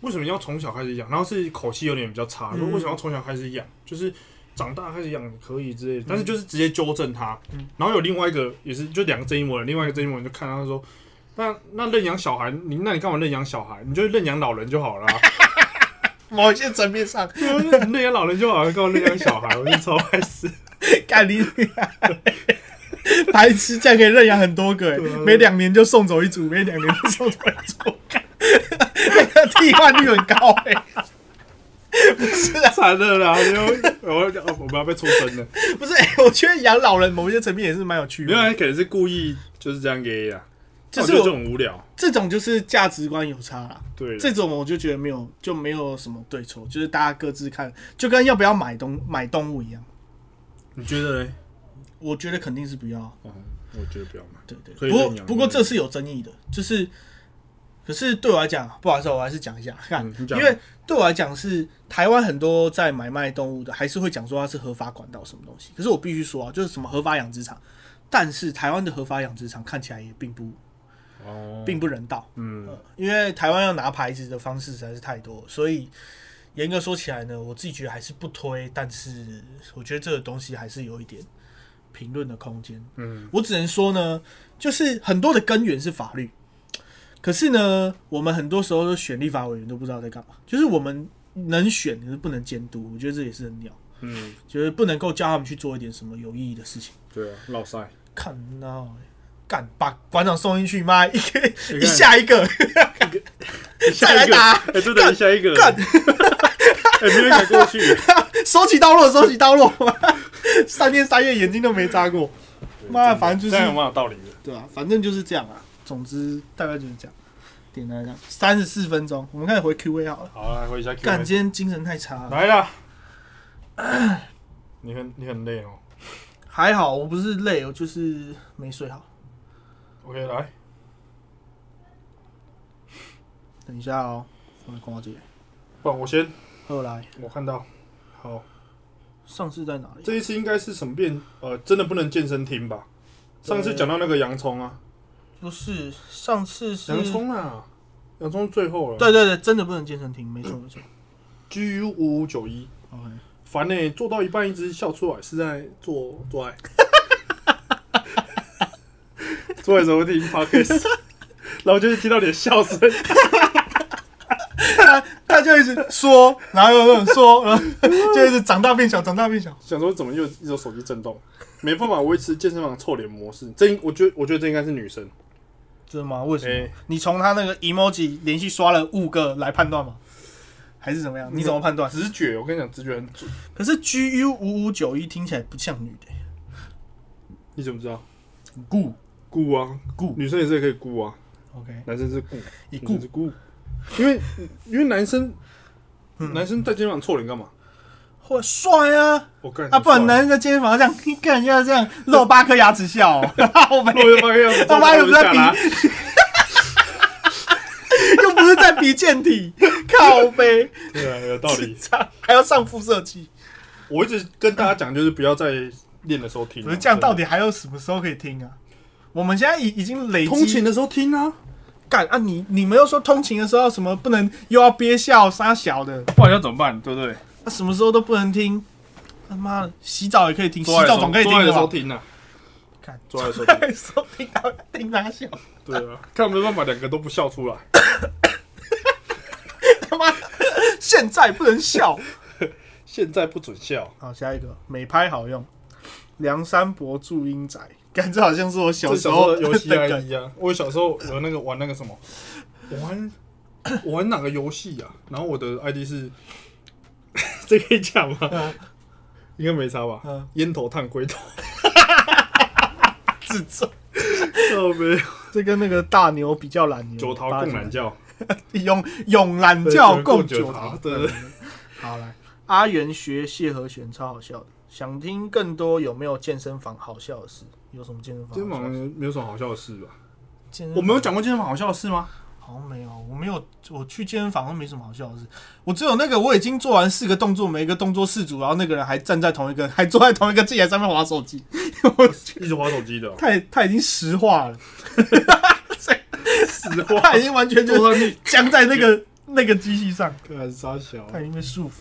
为什么要从小开始养？然后是口气有点比较差，说嗯为什么要从小开始养？就是长大开始养可以之类的，但是就是直接纠正他。嗯然后有另外一个也是，就两个正义魔人，另外一个正义魔人就看他说，那那认养小孩，你那你干嘛认养小孩？你就认养老人就好了、啊。某一些层面上，对 啊，认养老人就好了，干嘛认养小孩？我就超开始。 干你白痴，这样可以认养很多个、欸对啊，每两年就送走一组，每两年就送走一组， 干那个替换率很高哎、不是啊，惨了啦！因为我我我们要被出声了。不是、欸，我觉得养老人某一些层面也是蛮有趣原来的，可能是故意就是这样给的，就是我觉得哦我这种无聊。这种就是价值观有差啦。对，这种我就觉得没有就没有什么对错，就是大家各自看，就跟要不要买东买动物一样， 你觉得呢？我觉得肯定是不要。哦，我觉得不要买。对对可以不过认养不过这是有争议的，就是，可是对我来讲，不好意思，我还是讲一下，看，嗯你讲因为对我来讲是台湾很多在买卖动物的，还是会讲说它是合法管道什么东西。可是我必须说啊，就是什么合法养殖场，但是台湾的合法养殖场看起来也并不哦，并不人道， 嗯呃，因为台湾要拿牌子的方式实在是太多了，所以严格说起来呢，我自己觉得还是不推，但是我觉得这个东西还是有一点评论的空间。嗯，我只能说呢，就是很多的根源是法律，可是呢，我们很多时候都选立法委员都不知道在干嘛，就是我们能选，可是不能监督，我觉得这也是很鸟，嗯，就是不能够叫他们去做一点什么有意义的事情。对啊，老塞，看到、欸。干把馆长送进去，妈一个你看一下一个，再来打下一 个哎，真的下一个，干 哎，明明才过去， 收起刀落，收起刀落， 三天三夜眼睛都没眨过，妈真的反正就这是样有蛮有道理的。对啊，反正就是这样啊。总之大概就是这样，点来讲三十四分钟，我们开始回 Q&A 好了。好，来回一下 Q，干，今天精神太差了，来啦。 你很你很累哦。还好我不是累，我就是没睡好。 OK，来，等一下哦，我来逛街。不然我先，后来我看到，好，上次在哪里？这一次应该是什么变？呃，真的不能健身厅吧？上次讲到那个洋葱啊，嗯不是上次是洋葱啊，洋葱最后了。对对对，真的不能健身厅，没错没错。 ，G U 五五九一， OK，烦呢、欸做到一半一直笑出来，是在做做 爱。做爱的时候会听 podcast，然 后就是听到你的笑声，他就一直说，然后又那种说，然后就一直长大变小，长大变小。想说怎么又一手手机震动，没办法维持健身房臭脸模式。这应我觉得我觉得这应该是女生，真的吗？为什么？哎你从他那个 emoji 连续刷了五个来判断吗？还是怎么样？你怎么判断？欸直觉。我跟你讲，直觉很准。可是 GU 五五九一听起来不像女的、你怎么知道？顾顾啊，顾女生也是可以顾啊， OK，男生是顾，女以顾生是顾，因为因为男生嗯男生在健身房臭脸干嘛？或帅啊我干啊！不 然男人在健身房这样，你看人家这样露八颗牙齿笑、 哦，我们我就发 现，他妈又不在比啦。又不是在比健 体，靠背，对啊，有道理。还要上辐射器，我一直跟大家讲，就是不要在练的时候听啊。不是这样，到底底还有什么时候可以听啊？我们现在已已经累积通勤的时候听啊？干啊你！你们又说通勤的时候什么不能，又要憋笑杀小的，不然要怎么办？对不对？啊、什么时候都不能听。他、妈的，洗澡也可以听，洗做爱的澡时候总可以听做爱的时吧候？听啊，看，做爱的时候听啊对，说听到听他笑，对 啊，看没办法，两个都不笑出来。他妈现在不能笑。现在不准笑，好，下一个美拍好用，梁山伯祝英宅，感这好像是我小这时小时候候的游戏的梗 ID 啊，我小时候有那个玩那个什么，我玩我玩哪个游戏啊？然后我的 ID 是， 这可以讲吗？嗯应该没差吧？嗯烟头烫龟头，制作，靠背啊 这跟那个大牛比较懒，九桃共懒觉，永永懒觉共九桃桃，。嗯对对对。好来，阿元学谢和弦超好笑的，想听更多有没有健身房好笑的事？有什么健身健身房房好笑的事？没有什么好笑的嗯事吧？健身我房没有，讲过健身房好笑的事吗？好像没有，我没有，我去健身房都没什么好笑的事。我只有那个我已经做完四个动作，每一个动作四组，然后那个人还站在同一个， 还坐在同一个器材上面划手机， 我，一直滑手机的哦太他已经石化了，死 他已经完全就坐是上去，僵在那个哦那个机器上，看傻小他已经被束缚。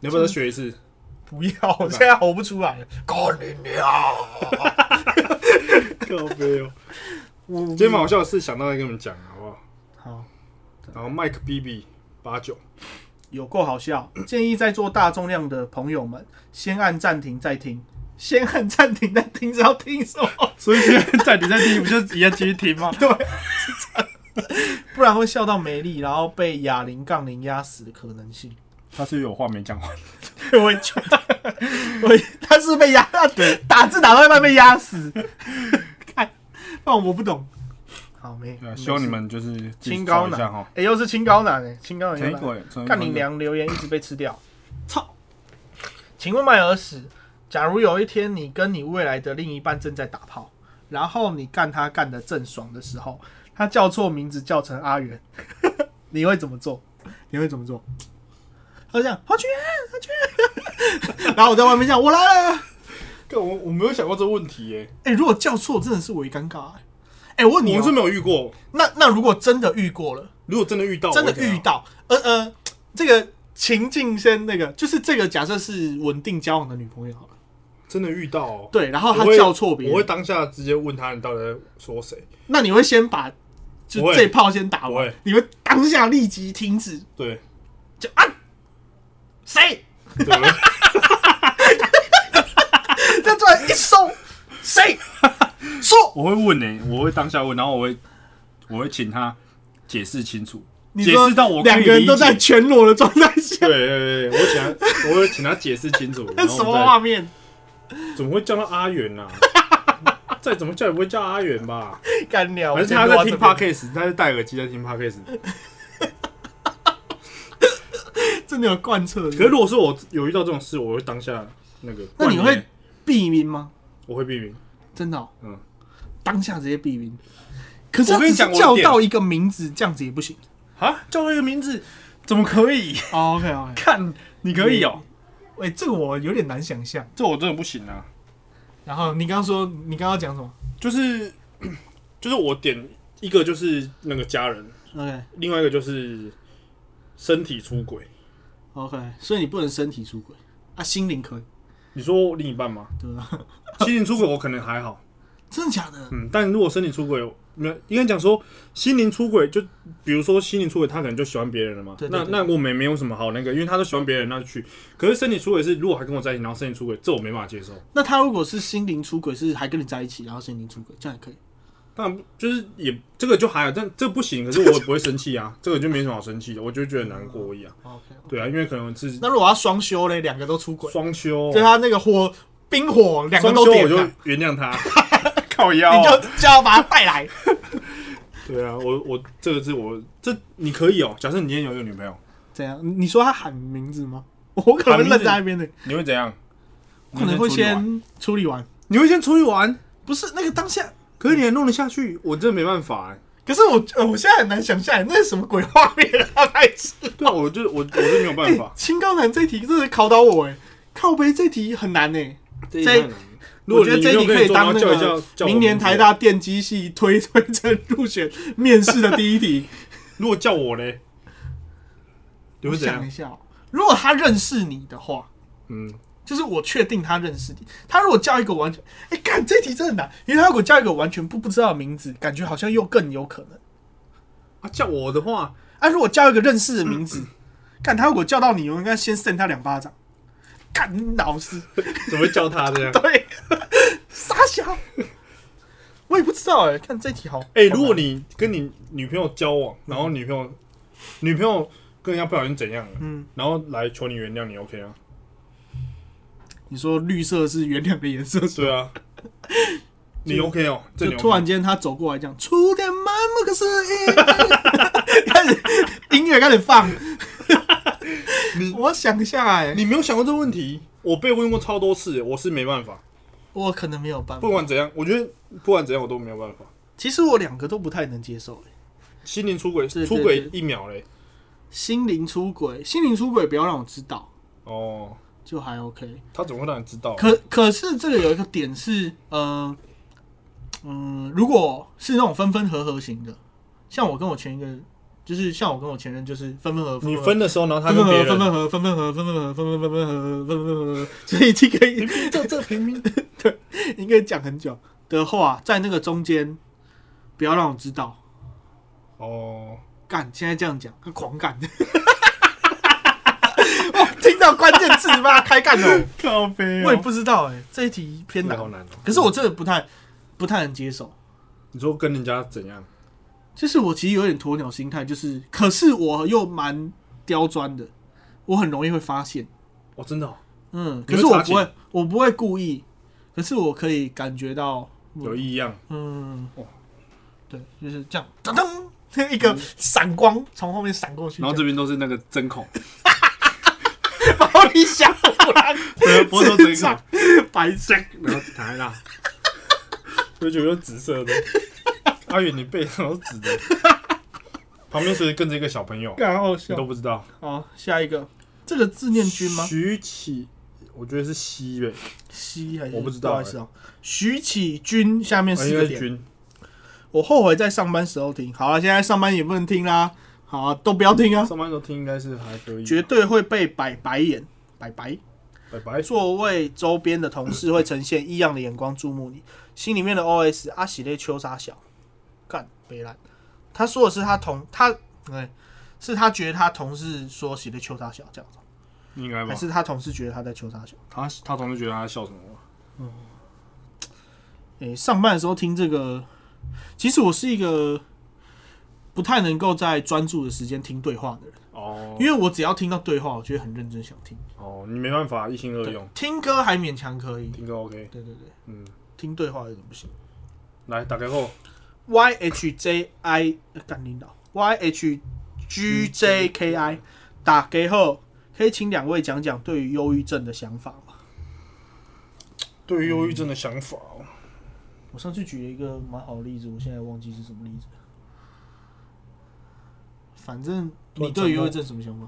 你要不要再学一次？不要，我 现在吼不出来了。干你娘！ 靠背 哦。我健身房好笑的事想到再跟你们讲，好不好？好，然后 Mike BB 八九，有够好笑。建议在做大重量的朋友们，先按暂停再听，先按暂停再听，知道听什么？所以现在在你在听，不就一样继续听 吗？不然会笑到没力，然后被哑铃杠铃压死的可能性。 他是有话没讲完，我也觉得，我他是被压，对，打字打到一半被压死。 看，但我不懂。好没，没事啊希望你们就是自己清找高一男下哈。哎、又是清高男哎、清高男又陈一来了。鬼，陈一干鬼你娘！留言一直被吃掉，嗯操！请问麦尔史，假如有一天你跟你未来的另一半正在打炮，然后你干他干的正爽的时候，他叫错名字叫成阿元， 你会怎么做？你会怎么做？他就这样，阿元，阿 元，然后我在外面讲，我来了。干我我没有想过这个问题耶，哎、如果叫错，真的是我一尴尬、欸。哎、我问我你、们是哦，没有遇过。那那如果真的遇过了？如果真的遇到，真的我会怎样遇，到，呃呃，这个情境先那个，就是这个假设是稳定交往的女朋友好了，真的遇到哦，对，然后她我会叫错别我会人，当下直接问他你到底在说谁？那你会先把就我会这炮先打我完会，你会当下立即停止，对，就啊，谁？ 对不对？这突然一收，谁？说我会问呢、我会当下问，然后我会我会请他解释清楚，你解说释到我可以两个人都理解在全裸的状态下对，对对，我请他， 我会请他解释清楚。那然后 什么我们再画面？怎么会叫到阿元 呢、啊？再怎么叫也不会叫阿元吧？干掉！还是他在听 podcast，他在戴耳机在听 podcast。真的有贯彻可是如果说我有遇到这种事，我会当下那个。那你冠冕会避名吗？我会避免。真的、哦，嗯，当下直接避晕。可是我跟你只是讲我叫的点到一个名字，这样子也不行。啊，叫这个名字怎么可以？ 哦、OK OK，看，你可以哦、喂、哎这个我有点难想象。这我真的不行啊。然后你刚刚说， 你刚刚讲什么？就是就是我点一个就是那个家人， OK 另外一个就是身体出轨。 OK，所以你不能身体出轨啊，心灵可以，你说另一半吗？对吧？心灵出轨我可能还好，真的假的？嗯，但如果身体出轨，没有应该讲说心灵出轨，就比如说心灵出轨，他可能就喜欢别人了嘛。对对对那那我们也没有什么好那个，因为他都喜欢别人，那就去。可是身体出轨是，如果还跟我在一起，然后身体出轨，这我没办法接受。那他如果是心灵出轨，是还跟你在一起，然后心灵出轨，这样也可以。当然就是也这个就还好，但这不行。可 是我也不会生气啊，这个就没什么好生气的，我就觉得难过而已啊。 OK，对啊，因为可能是那如果要双修嘞，两个都出轨，双休，对他那个火冰火两个双都休点我了，就原谅他， 靠腰 啊、你就叫他把他带来。对啊，我我这个是我这你可以哦。假设你今天有一个女朋友， 怎样？你说他喊名字吗？我可能会愣在那边的，你会怎样？我可能会你出去玩，先处理完。你会先出去玩，不是那个当下，可是你还弄得下去，我真的没办法哎、可是我呃我现在很难想象那是什么鬼画面啊！白痴，对啊，我就我我是没有办哎法，。青高男这题真的考倒我哎，靠背这题很难 哎。这一这如果我觉得这你题可以当那叫一叫，叫个我明年名字台，大电机系推推甄入选面试的第一题。如果叫我嘞， 你我会怎想一样？下哦，如果他认识你的话，嗯，就是我确定他认识你。他如果叫一个完全，哎、干这题真的难，因为他如果叫一个完全不不知道的名字，感觉好像又更有可能。啊，叫我的话，啊，如果叫一个认识的名嗯字，干他如果叫到你，我应该先扇他两巴掌。干你 老师，怎么会叫他这样？ 对，傻小，我也不知道哎、看这题好。哎、好如果难嗯你跟你女朋友交往，然后女朋友、女朋友跟人家不小心怎样了，嗯，然后来求你原谅，你 OK 啊？你说绿色是原谅的颜 色，对啊，你 OK 哦，这就你 OK 突然间他走过来讲出点满 目的声音，开始音乐开始放。 你 我想一下哎、你没有想过这个问题？我被问过超多次，我是没办法。我可能没有办法不。管怎样，我觉得不管怎样我都没有办法。其实我两个都不太能接受、欸，心灵出轨，对对出轨对一秒嘞。心灵出轨，心灵出轨不要让我知道，哦，就还 OK。他怎么会让你知道？可可是这个有一个点是，呃，嗯、如果是那种分分合合型的，像我跟我前一个，就是像我跟我前任，就是分分合合，你合分的时候，然后他跟分分合别分人，分合分分合分分合分分合分分合分分合，所以这个平民这这平民，应该讲很久的话，在那个中间不要让我知道。 哦，干，现在这样讲，狂干。哇听到关键字，妈开干 哦了。靠背我也不知道哎、这一题偏真的难好。难哦。可是我真的不太不太能接受， 你说跟人家怎样？就是我其实有点鸵鸟心态，就是可是我又蛮刁钻的，我很容易会发现，哦，真的哦嗯，你会可是我察不觉会，我不会故意，可是我可以感觉到，有异样。嗯哇，对，就是这样，噔噔，一个闪光从后面闪过去，然后这边都是那个针 孔，把我一下，对， 不是啊都针智障孔，白痴。然后躺在那，我就觉得紫色的。阿远，你背上都紫 的，旁边随时跟着一个小朋友，干好你笑都不知道。好，下一个，这个字念君吗？徐启，我觉得是西呗，西还是我不知道好意思哦。徐启君下面啊四应个该是点，军。我后悔在上班时候听。好了，啊现在上班也不能听啦，好啊，都不要听啊，上班时候听应该是还可以。绝对会被摆白眼，摆白。拜拜。座位周边的同事会呈现异样的眼光注目你，心里面的 OS 阿喜类秋沙小，干北兰，他说的是他同他，哎、是他觉得他同事说喜类秋沙小这样子，应该吧还？是他同事觉得他在秋沙小？他他同事觉得他在笑什么？诶、哎上班的时候听这个，其实我是一个不太能够在专注的时间听对话的人，哦因为我只要听到对话，我就会很认真想听。哦，你没办法一心二用，听歌还勉强可以，听歌 OK。对对对，嗯，听对话有点不行。来打开后 Y H J I 呃干领导 Y H G J K I 打给后，可以请两位讲讲对于忧郁症的想法吗？对于忧郁症的想法哦，我上次举了一个蛮好的例子，我现在忘记是什么例子了。反正你对于忧郁症什么想法？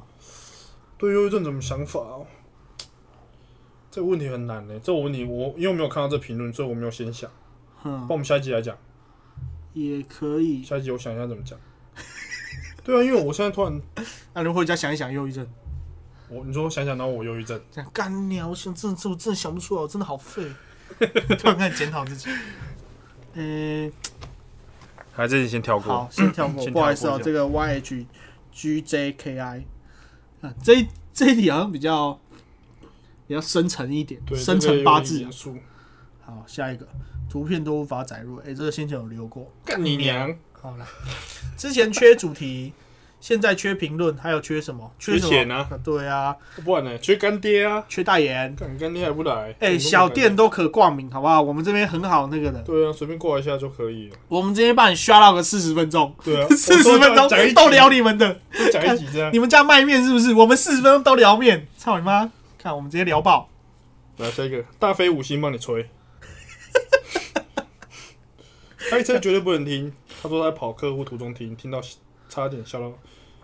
对于忧郁症怎么想法哦？这个问题很难呢、欸这个问题我因为我没有看到这评论，所以我没有先想。哼帮，我们下一集来讲，也可以。下一集我想一下怎么讲。对啊，因为我现在突然，那如果回家想一想，忧郁症，我你说想想到我忧郁症，这样干你啊！我想真的，我真的想不出来，我真的好废。突然开始检讨自己。呃、还是你先跳好过，，先跳过，先跳过不好意思哦、这这个 Y H G J K I 啊，这一这一题好像比较比较深沉一点，对，深沉这个八有字点严。肃。好，下一个图片都无法载入，哎、这个先前有留过。干你娘！ 好了，之前缺主题，现在缺评论，还有缺什么？缺什缺么？钱啊对啊，不然呢？缺干爹啊！缺代言。干干爹还不来？哎、小店都可挂名，好不好？我们这边很好那个的，对啊，随便挂一下就可以了。我们这边帮你刷到个四十分钟，，对啊 四十分钟我说讲一集都聊，你们的。就讲一集这样。你们家卖面是不是？我们四十分钟都聊面，操你妈！看我们直接聊爆。来下一个，大飞五星帮你吹。开车绝对不能听，他说他在跑客户途中听，听到差点笑到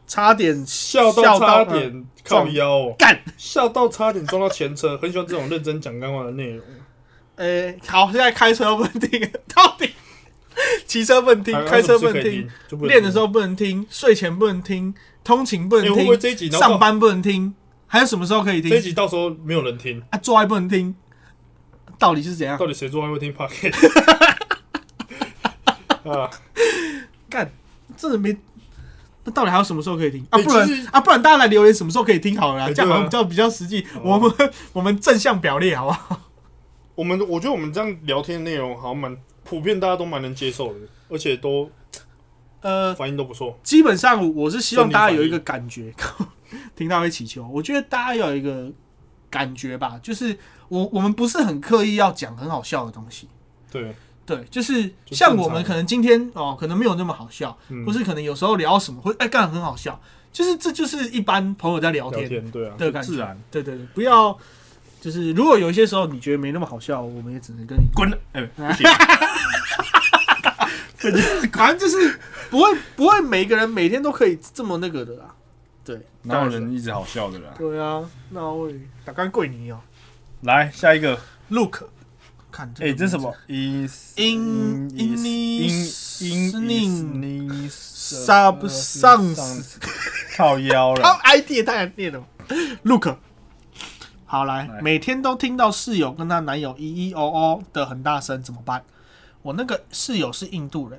差点笑到差点靠撞腰哦，干，笑到差点撞到前车，很喜欢这种认真讲干话的内容。呃、嗯好，现在开车不能听， 到底骑车不能听，还有开车不还能有什么事可以听，听，就不能练的时候，候不能听，睡前不能听，通勤不哎能会不会听，这一集然后上班不能听，还有什么时候可以这一听？集到时候没有人听，啊，做爱不能听，到底是怎样？到底谁做爱会听 p o c a s t 啊，干，真的没。那到底还有什么时候可以听啊？欸不然、其实啊，不然大家来留言什么时候可以听好了啦，欸这样对啊好像比较比较实际。我们 我们正向表列好不好？我们我觉得我们这样聊天的内容好像蛮普遍，大家都蛮能接受的，而且都呃，反应都不错。基本上我是希望大家有一个感觉， 听到会祈求。我觉得大家要有一个感觉吧，就是我我们不是很刻意要讲很好笑的东西，对，对，就是就像正常我们可能今天哦，可能没有那么好笑，嗯或是可能有时候聊什么会哎干很好笑，就是这就是一般朋友在聊聊天天对啊，的感觉。自然。对对对，不要就是如果有一些时候你觉得没那么好笑，我们也只能 跟你滚！哎、不行，反正就是不会不会每个人每天都可以这么那个的啦。对，哪有人一直好笑的啦？对啊，那我也打干桂泥哦 来下一个， ，Look，看哎、这是什么？in In- in inis- in in Sub- Sans- 靠腰他了， ID 也太难念了吧，Look。好来来，每天都听到室友跟她男友咿咿哦哦的很大声，怎么办？我那个室友是印度人，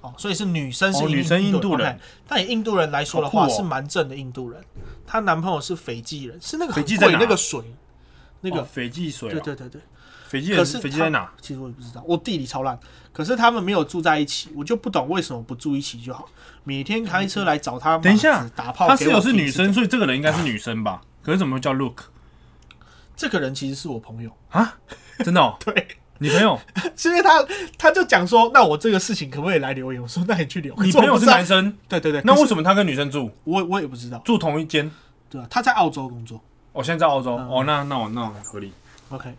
哦，所以是女生是哦女生印度人 OK，但哎以印度人来说的话，好酷哦是蛮正的印度人。她男朋友是斐济人，是那个很斐济贵在哪那个水，那那个、哦斐济水、啊对，对对对。斐济可人是斐济他在哪？？其实我也不知道，我地理超烂。可是他们没有住在一起，我就不懂为什么不住一起就好。每天开车来找他，嗯等一下马子打炮给他我室友是听女生，，所以这个人应该是女生吧？可是怎么会叫 Look 这个人其实是我朋友，？啊？真的、哦 对，你朋友？是因为他他就讲说，那我这个事情可不可以来留言？我说那你去留，你可 我朋友不是知道男？生？对对对，那可为是什么他跟女生住我我也不知道，住同一间？对啊，他在澳洲工作我、现在在澳洲。哦，那那我那我合理。 ，OK。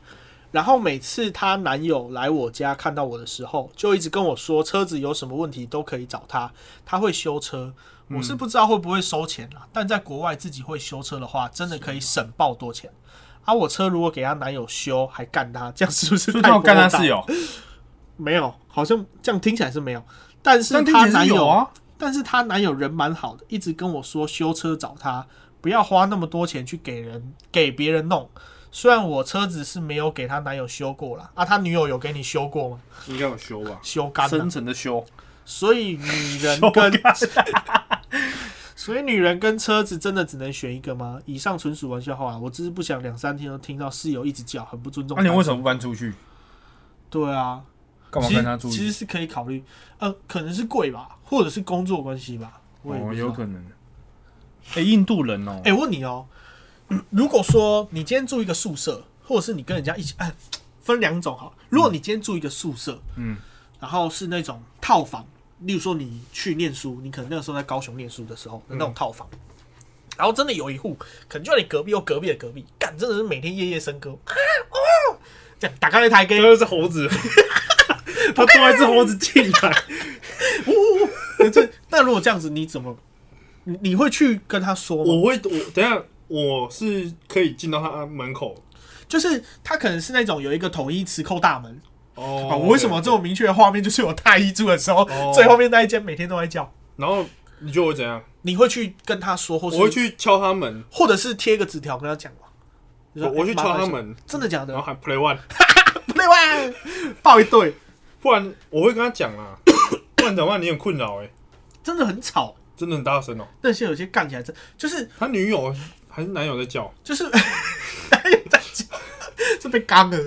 然后每次她男友来我家看到我的时候，就一直跟我说车子有什么问题都可以找他，他会修车。嗯我是不知道会不会收钱啦，但在国外自己会修车的话，真的可以省爆多钱。啊，我车如果给她男友修，还干他，这样是不是所太以他有干他不厚道室？友，没有，好像这样听起来是没有。但是但听她起来男是友有啊。但是她男友人蛮好的，一直跟我说修车找他，不要花那么多钱去给人给别人弄。虽然我车子是没有给她男友修过啦，啊，她女友有给你修过吗？应该有修吧？修干了深。层的修，所以女 人修跟干 所以女人跟车子真的只能选一个吗？以上纯属玩笑话啦，我只是不想两三天都听到室友一直叫，很不尊重那、单啊身。你为什么不搬出去？对啊，干嘛其跟他实住？其实是可以考虑，呃，可能是贵吧，或者是工作关系吧。我也不哦，知道有可能。哎、印度人哦、哎、我问你哦、如果说你今天住一个宿舍，或者是你跟人家一起，哎，分两种好了。如果你今天住一个宿舍，嗯，然后是那种套房，例如说你去念书，你可能那个时候在高雄念书的时候的那嗯种套房，然后真的有一户，可能就在你隔壁又隔壁的隔壁，干真的是每天夜夜笙歌，啊哦，这样打开了台给，那是猴子， 他抓一只猴子进来。这那如果这样子，你怎么，你你会去跟他说吗？我会，我等一下我是可以进到他门口。就是他可能是那种有一个统一磁扣大门，哦啊，我为什么这么明确的画面就是我大一住的时候，哦最后面那一间每天都在叫，然后你觉得我会怎样？你会去跟他说，或是我会，去敲他门，或者是贴一个纸条跟他讲嘛？就说我我去哎麻烦敲他一下门哦真的假的然后？还 play one，不对吧？抱一对，不然我会跟他讲 啦。不然的话你很困扰哎、真的很吵。真的很大声哦、那些有些干起来真就是他女友还是男友在叫，就是哪有在讲，这被刚了。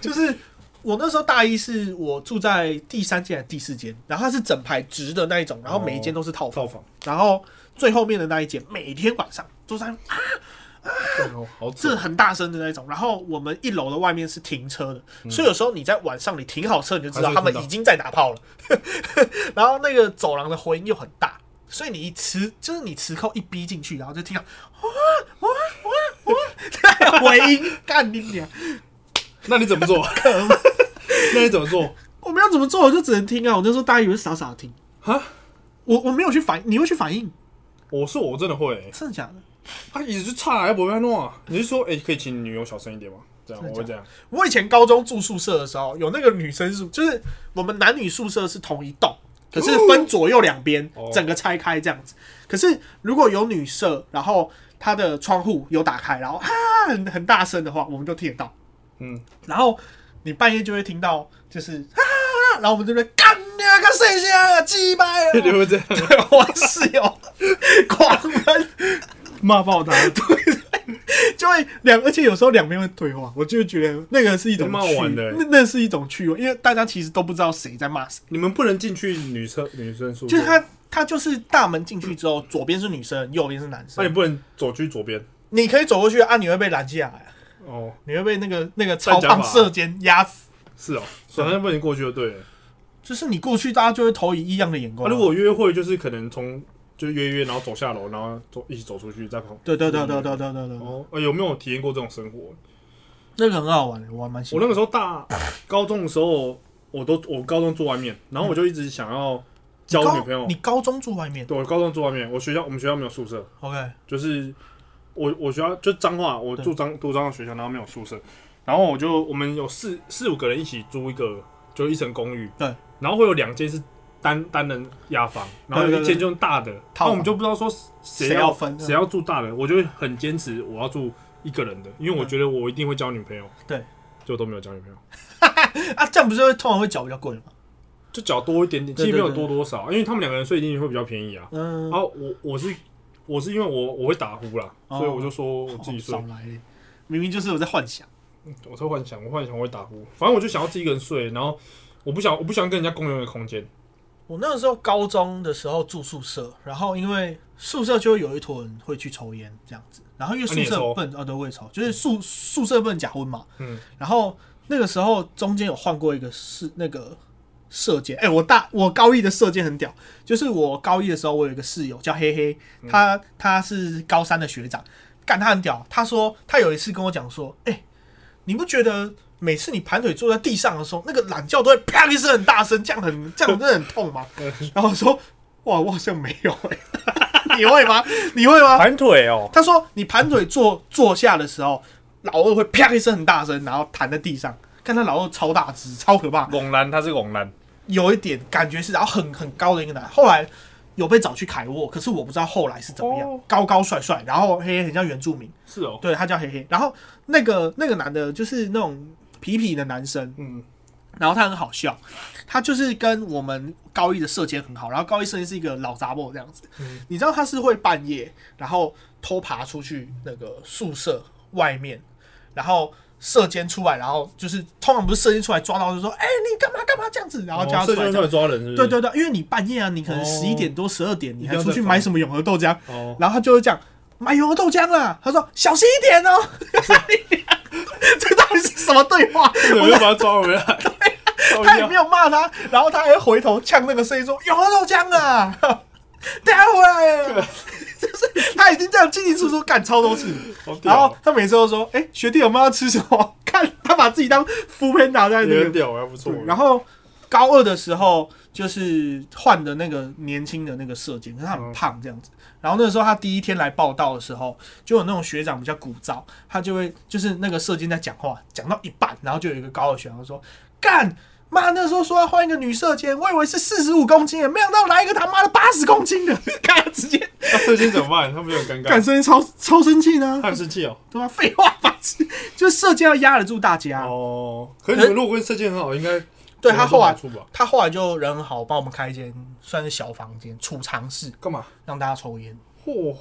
就是我那时候大一是我住在第三间还是第四间，然后它是整排直的那一种，然后每一间都是套房，造访，然后最后面的那一间每天晚上都在干哦好扯是。很大声的那种。然后我们一楼的外面是停车的，所以有时候你在晚上你停好车，你就知道还是会他们听到已经在打炮了。然后那个走廊的回音又很大，所以你一磁就是你磁扣一逼进去，然后就听到哇哇哇哇回音，干你娘！那你怎么 做？那你怎么做？我们要怎么做？我就只能听啊！我那时候大家以为傻傻地听，哈，我我没有去反，你会去反应，我说我真的会、欸，真的假的？他一直就差还不会弄啊。你是说，哎、可以请你女友小声一点吗？这样真我的会假这样，我以前高中住宿舍的时候，有那个女生宿，就是我们男女宿舍是同一栋，可是分左右两边哦，整个拆开这样子。可是如果有女舍，然后她的窗户有打开，然后啊很很大声的话，我们就听得到。嗯，然后你半夜就会听到，就是啊，然后我们这边干你啊，个谁啊，鸡 巴啊！你会这样 对我室哦友狂喷，骂爆他，就会两，而且有时候两边会对话，我就会觉得那个是一种蛮好趣玩的欸嗯那那是一种趣味，因为大家其实都不知道谁在骂谁，你们不能进去女生女生宿舍，就是他他就是大门进去之后，左边是女生，右边是男那生，啊你不能走去左边你可以走过去啊，你会被拦下来，哦，你会被 那个那个站超甲胖法射箭压死，是哦，首先不能过去就对了。就是你过去，大家就会投以异样的眼那、光啊。如果约会就是可能从就约约，然后走下楼，然后走一起走出去，再跑。对对对对对对对对，哦，呃有没有体验过这种生活？那个很好玩，我还蛮喜我欢。那个时候大高中的时候，我都我高中住外面，然后我就一直想要交嗯你高女朋友你。高中住外面对，我高中住外面，我学校我们学校没有宿舍， ，OK，就是我我学校就彰化，我对住彰读彰化学校，然后没有宿舍，然后我就我们有四四五个人一起租一个就一层公寓，对，然后会有两间是单单人雅房，然后对有对一间就是大的，套那房我们就不知道说谁谁要要分谁要住大的，我就会很坚持我要住一个人的，因为我嗯觉得我一定会交女朋友，对，就都没有交女朋友。 啊，这样不是会通常会缴比较贵吗？就缴多一点点，其对实没有对对多多少，因为他们两个人睡一定会比较便宜啊。嗯然，后我我是我是因为我我会打呼啦，哦所以我就说我自己睡少，来，明明就是我在幻想。我在幻想，我幻想我会打呼，反正我就想要自己一个人睡，然后我不想我不想跟人家共用一个空间，我那个时候高中的时候住宿舍，然后因为宿舍就会有一坨人会去抽烟这样子，然后因为啊你宿也抽舍笨啊，对，我也抽，就是宿宿舍笨假婚嘛，嗯，然后那个时候中间有换过一个是那个射箭，哎、我大我高一的射箭很屌，就是我高一的时候我有一个室友叫黑黑，他他是高三的学长，干他很屌，他说他有一次跟我讲说，哎、你不觉得？每次你盘腿坐在地上的时候，那个懒觉都会啪一声很大声，这样很这样真的很痛吗？然后我说，哇，我好像没有哎、 你会吗？你会吗？盘腿哦，他说你盘腿坐坐下的时候，老二会啪一声很大声，然后弹在地上。看他老二超大只，超可怕，拱男他是拱男，有一点感觉是，然后很很高的一个男。后来有被找去凯沃，可是我不知道后来是怎么样，哦高高帅帅，然后黑黑很像原住民，是哦，对他叫黑黑。然后那个那个男的就是那种痞痞的男生，嗯，然后他很好笑，他就是跟我们高一的社监很好，然后高一社监是一个老杂货这样子，嗯你知道他是会半夜然后偷爬出去那个宿舍外面，然后社监出来，然后就是通常不是社监出来抓到就说，哎、你干嘛干嘛这样子，然后叫他这出哦就来是这样。会抓人，是不是？对对对，因为你半夜啊，你可能哦十一点多、十二点，你一还定哦要出在去房买什么永和豆浆，哦，然后他就会讲买永和豆浆啦。他说小心一点哦、 这到底是什么对话？我又把他抓回来，哦 靠他也腰没有骂他，然后他还回头呛那个声音说：“有喝豆浆啊， 等下回来了。”啊 就是他已经这样进进出出干超多次，好屌然哦后他每次都说：“哎、学弟有没有要吃什么？”看他把自己当敷片打在那也很个。屌，还不错对，然后高二的时候就是换的那个年轻的那个射箭，可是他很胖这样子。然后那时候他第一天来报道的时候，就有那种学长比较古早，他就会就是那个射箭在讲话，讲到一半，然后就有一个高二学长就说：“干，妈，那时候说要换一个女射箭，我以为是四十五公斤的，没想到来一个他妈的八十公斤的，看直接那射箭怎么办？他们就很尴感尬，生超超生气呢他，很生气哦。对吧？废话吧，就是射箭要压得住大家。哦，可是你们如果跟射箭很好，应该对他后来有很多好处吧？他后来就人很好，帮我们开一间算是小房间，储藏室，干嘛？让大家抽烟。嚯，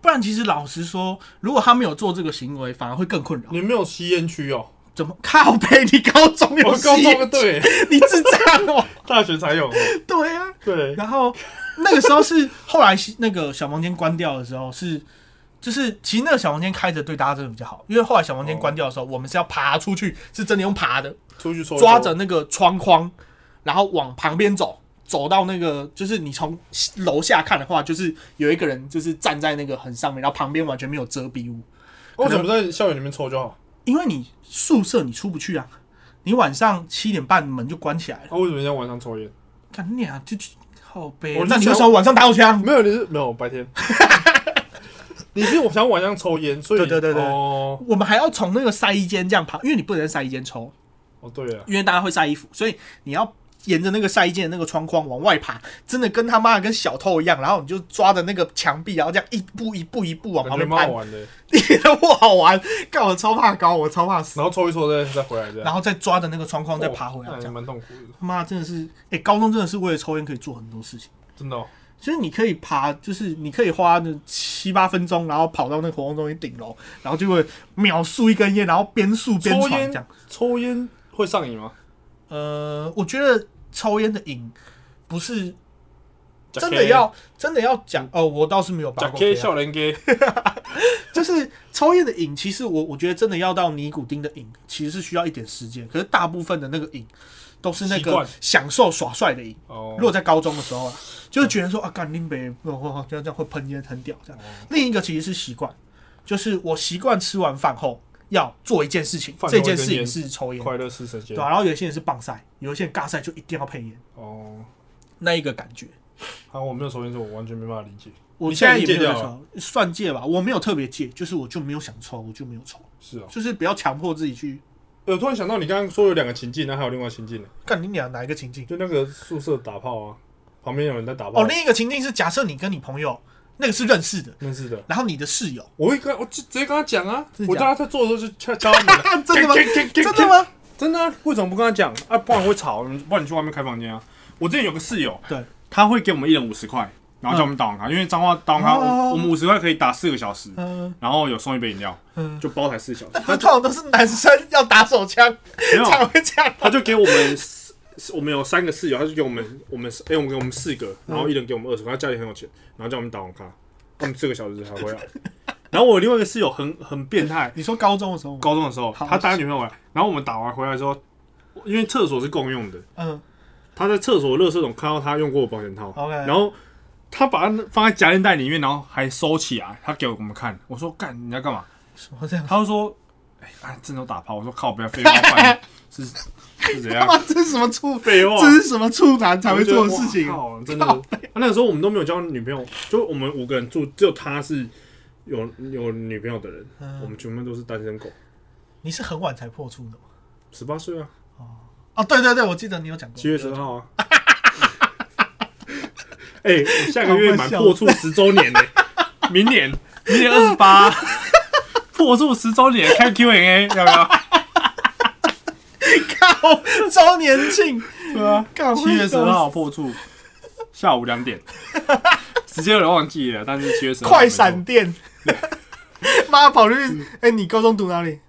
不然，其实老实说，如果他没有做这个行为，反而会更困扰。你们没有吸烟区哦？怎么靠背？你高中有我高吸中对，你智障哦、大学才有哦。对啊，对，然后那个时候是后来是那个小房间关掉的时候是，就是其实那个小房间开着对大家真的比较好，因为后来小房间关掉的时候，我们是要爬出去，是真的用爬的，出去说哦抓着那个窗框，然后往旁边走，走到那个就是你从楼下看的话，就是有一个人就是站在那个很上面，然后旁边完全没有遮蔽物，为什么在校园里面抽就好？因为你宿舍你出不去啊，你晚上七点半门就关起来了，那为什啊么在晚上抽烟？干你啊，就去靠背我，就那你想为什么晚上打我枪？没有，你是没有白天。 你是我想晚上抽烟，所以对对对对哦我们还要从那个晒衣间这样爬，因为你不能在晒衣间抽，哦对了，因为大家会晒衣服，所以你要沿着那个晒衣间的那个窗框往外爬，真的跟他妈的跟小偷一样，然后你就抓着那个墙壁，然后这样一步一步一步往感哦旁觉边蛮攀好，玩的。你都不好玩，干我超怕高，我超怕死，然后抽一抽再再回来这样，然后再抓着那个窗框再爬回来，哦那这还样蛮痛苦的，他妈真的是，哎、高中真的是为了抽烟可以做很多事情。真的哦。就是你可以爬，就是你可以花那七八分钟，然后跑到那个活动中心顶楼，然后就会秒速一根烟，然后边速边抽传这样烟。抽烟会上瘾吗？呃，我觉得抽烟的瘾不是真的要真的要讲哦，我倒是没有拔假过 K 烟啊，笑人 K，就是抽烟的瘾，其实我我觉得真的要到尼古丁的瘾，其实是需要一点时间。可是大部分的那个瘾都是那习个惯享受耍帅的瘾。哦如果在高中的时候啊，就是觉得说啊，干林北，我我这样这样会喷烟很屌哦这样。另一个其实是习惯，就是我习惯吃完饭后要做一件事情，饭后这一根件事情烟是抽烟，快乐是神仙对啊吧、然后有些人是棒赛，有一些人尬赛就一定要配烟，哦。那一个感觉。好，我没有抽烟，所以我完全没办法理解。我你现现在在也已没经有在戒掉抽，算戒吧，我没有特别戒，就是我就没有想抽，我就没有抽，是哦，就是不要强迫自己去。呃，突然想到你刚刚说有两个情境，然后还有另外情境呢，干你俩哪一个情境？就那个宿舍打炮啊，旁边有人在打炮哦，，另一个情境是假设你跟你朋友那个是认识的，认识的。然后你的室友，我会跟，我就直接跟他讲啊真，的我假的，当时在做的时候就敲敲他门 真的吗叮？叮叮叮真的吗？真的啊，为什么不跟他讲啊？不然会吵，不然你去外面开房间啊。我之前有个室友， 对，他会给我们一人五十块，然后叫我们打网咖，因为彰化打网咖，嗯哦我我们五十块可以打四个小时，嗯然后有送一杯饮料，嗯，就包台四小时。通常都是男生要打手枪没有，才会这样。他就给我们四，我们有三个室友，他就给我们我们哎、我们给我们四个，然后一人给我们二十块，他家里很有钱，然后叫我们打网咖，他们四个小时才回来。然后我另外一个室友很很变态，你说高中的时候吗？高中的时候，好他带他女朋友回来，然后我们打完回来之后，因为厕所是共用的，嗯，他在厕所垃圾桶看到他用过的保险套 OK 然后他把它放在夹链袋里面，然后还收起来，他给我们看。我说干你在干嘛？什么这样？他就说哎、啊，真的有打炮。我说靠，不要废话，不 然是是怎 他样？妈这是什么处？废话，这是什么处男才会做的事情我？就觉得哇靠真的。那个时候我们都没有交女朋友，就我们五个人住，只有他是有有女朋友的人，我嗯们全部都是单身狗，你是很晚才破处的吗？十八岁啊，哦，对对对，我记得你有讲过七。月十号啊。 哎、我下个月满搞破不处十周年呢、 明年明年二十八，破处十周年开 Q&A 要不要？靠，周年庆，对啊，干七月十二号，破处，下午两点，时间有点忘记了，但是七月十号快闪电。妈跑出去！哎、你高中读哪里？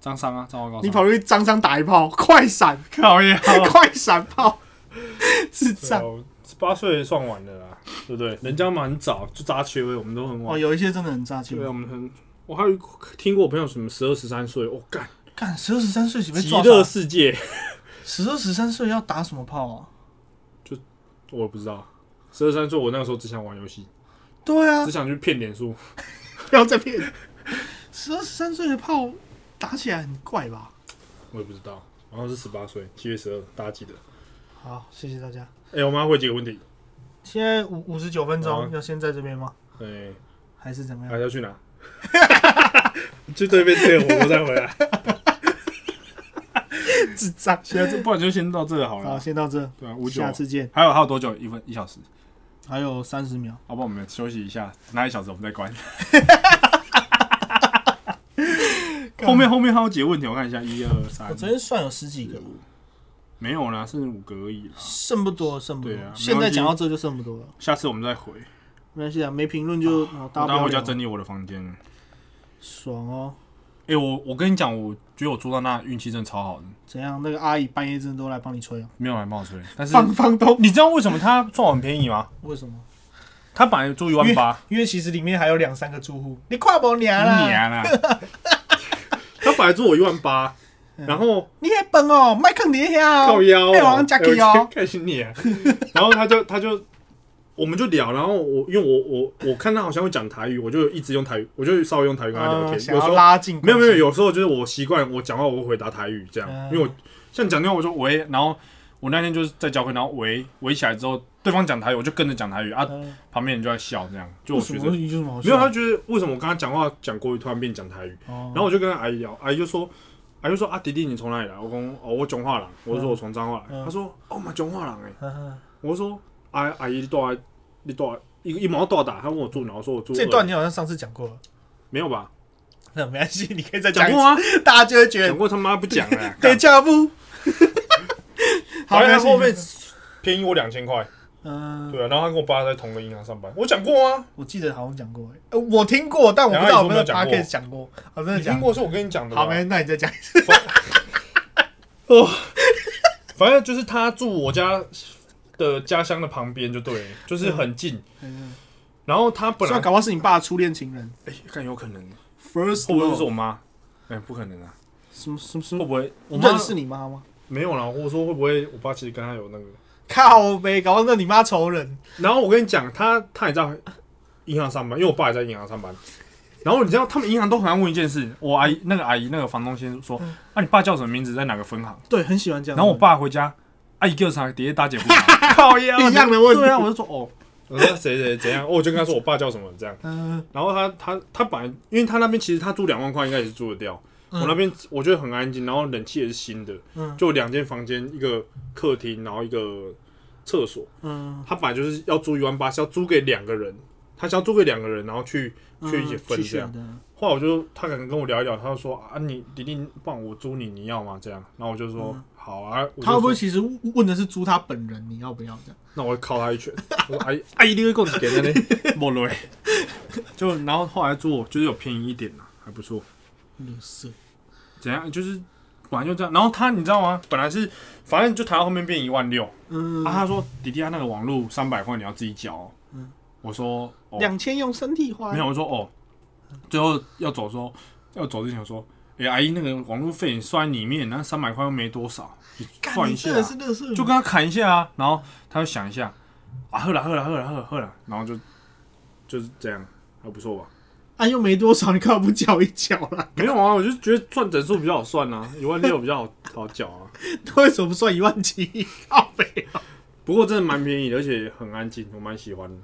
张三啊，张华高你跑出去张张打一炮，快闪，考也好，快闪 炮，智障。啊十八岁算晚了啦，对不对？人家蛮早就扎缺位，我们都很哦，晚。有一些真的很扎心对，。我们很，我还有听过我朋友什么十二十三岁，我干干十二十三岁岂被极抓乐到？世界，十二十三岁要打什么炮啊？我也不知道。十二三岁，我那个时候只想玩游 戏， 对啊只，想去骗脸书。不要再骗。十二十三岁的炮打起来很怪吧？我也不知道。然后是十八岁，七月十二，大家记得。好，谢谢大家。哎、我们还会几个问题。现在五五十九分好钟啊，要先在这边吗？哎、还是怎么还样？要去哪？ 去对面这个我，我再回来。哎智障。 现在这不然就先到这好好，了。先到这，对啊，五九下，次见。还有还有多久？一分一小时，还有三十秒，好不好？我们休息一下，那一小时我们再 关。后面后面还有几个问题，我看一下，一二三我，昨天算有十几个，没有啦，剩五个而已啦。剩不多，剩不多对啊没。关系现在讲到这就剩不多了，下次我们再回，没关系啊，没评论就哦大我家不待要回家聊整理我的房间。爽哦。哎、我我跟你讲，我觉得我住到那运气真的超好的，怎样？那个阿姨半夜真的都来帮你吹啊？没有人帮我 吹。但是放房东？你知道为什么他算我很便宜吗？为什么？他本来住一万因为八，因为其实里面还有两三个住户，嗯你跨不娘你啦，啊 啦！他本来住我一万八，然后你还笨哦，麦坑你遐靠腰、啊哦哎被王加去哦，开心你啊！ 然后他就他就我们就聊，然后我因为我我我看他好像会讲台语，我就一直用台哎语，我就稍微用台语跟他聊天。嗯想有要时候拉近没有没有，有，有时候就是我习惯我讲话我会回答台语这样，嗯因为我像讲电话我说喂，然后我那天就是在教会，然后喂围起来之后，对方讲台语，我就跟着讲台语啊，嗯旁边人就在笑这样，就为我什学么生你有什么好没有，他笑？觉得为什么我跟他讲话讲国语突然变讲台语，哦然后我就跟阿姨聊，阿姨就说。阿姨就说啊，弟弟你从哪里来？我讲哦，我从化人，我就说我从彰化来。嗯他说哦，嘛从化人哎，哈哈我就说阿阿姨你多来，你多来一一毛多打，他问我住哪，我说我住这二段你好像上次讲过了，没有吧？那没关系，你可以再讲一过啊，次，大家就会觉讲得。过他妈不讲了 对家不？好，反没正关他系后面便宜我两千块，嗯，对啊，然后他跟我爸在同个银行上班，我讲过啊，我记得好像讲过，欸呃我听过，但我不知道有没有 p o d c a 讲过，我真的你听讲。过是我跟你讲的吧。好，没，那你再讲一次。哦，反正就是他住我家的家乡的旁边就对了，就是嗯很近。然后他本虽来然搞不好是你爸的初恋情人哎，看有可能， ，first 会不会是 love，我妈？哎，不可能啊！什么什么什会么，不会我妈认识你妈吗？没有啦？我说会不会我爸其实跟他有那个？靠呗，搞不好那你妈仇人。然后我跟你讲，他他也在银行上班，因为我爸也在银行上班。然后你知道他们银行都很爱问一件事，我阿姨那个阿姨那个房东先说：“嗯啊，你爸叫什么名字，在哪个分行？”对，很喜欢这样。然后我爸回家，啊阿姨给我啥碟大姐不拿，靠呀 一样的问题啊对啊，我就说哦，我说谁谁怎样，哦，我就跟他说我爸叫什么这样。 嗯，然后他他他本来，因为他那边其实他住两万块应该也是住得掉。嗯我那边我觉得很安静，然后冷气也是新的，嗯就两间房间，一个客厅，然后一个厕所。嗯，他本来就是要租一万八，是要租给两个人，他是要租给两个人，然后去嗯去一起分这样。的。后来我就他可能跟我聊一聊，他就说啊，你迪迪，不然我租你，你要吗？这样，然后我就说、好啊。我就嗯他会不说会其实问的是租他本人，你要不要这样？那我会敲他一拳，我说阿姨，啊阿姨，你会供给的呢？莫 雷，就然后后来做就是有便宜一点啦，还不错。绿色，怎样？就是本来就这样。然后他你知道吗？本来是反正就谈到后面变一万六嗯啊，，他说弟弟他那个网络三百块你要自己缴、哦。嗯我说哦， 两千用身体换没。有，我说哦，最后要走的时候要走之前我说，哎、阿姨那个网络费你算在里面，那三百块又没多少，你干算一你下真的是绿色，就跟他砍一下啊，然后他就想一下，啊，喝了喝了喝了喝了喝了，然后就就是这样，还不错吧？啊又没多少，你干嘛不缴一缴啦？ 没有啊，我就觉得赚整数比较好算啊，一万六比较好好缴啊。为什么不算一万七？ 靠北啊！不过真的蛮便宜的，而且很安静，我蛮喜欢的。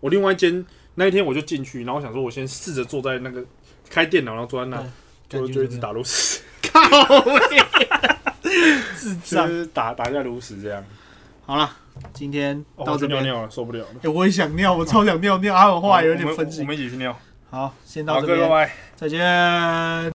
我另外一间那一天我就进去，然后我想说我先试着坐在那个开电脑，然后坐在那嗯，就感觉就一怎直么样打炉 石，靠北，智就障。是打打一下炉石这样。好了，今天哦到我去这尿边。尿了，受不了了。哎，我也想尿，我超想尿尿，阿文话有好我点们分我心。们一起去尿。好，先好，到这各位边拜，拜。再见。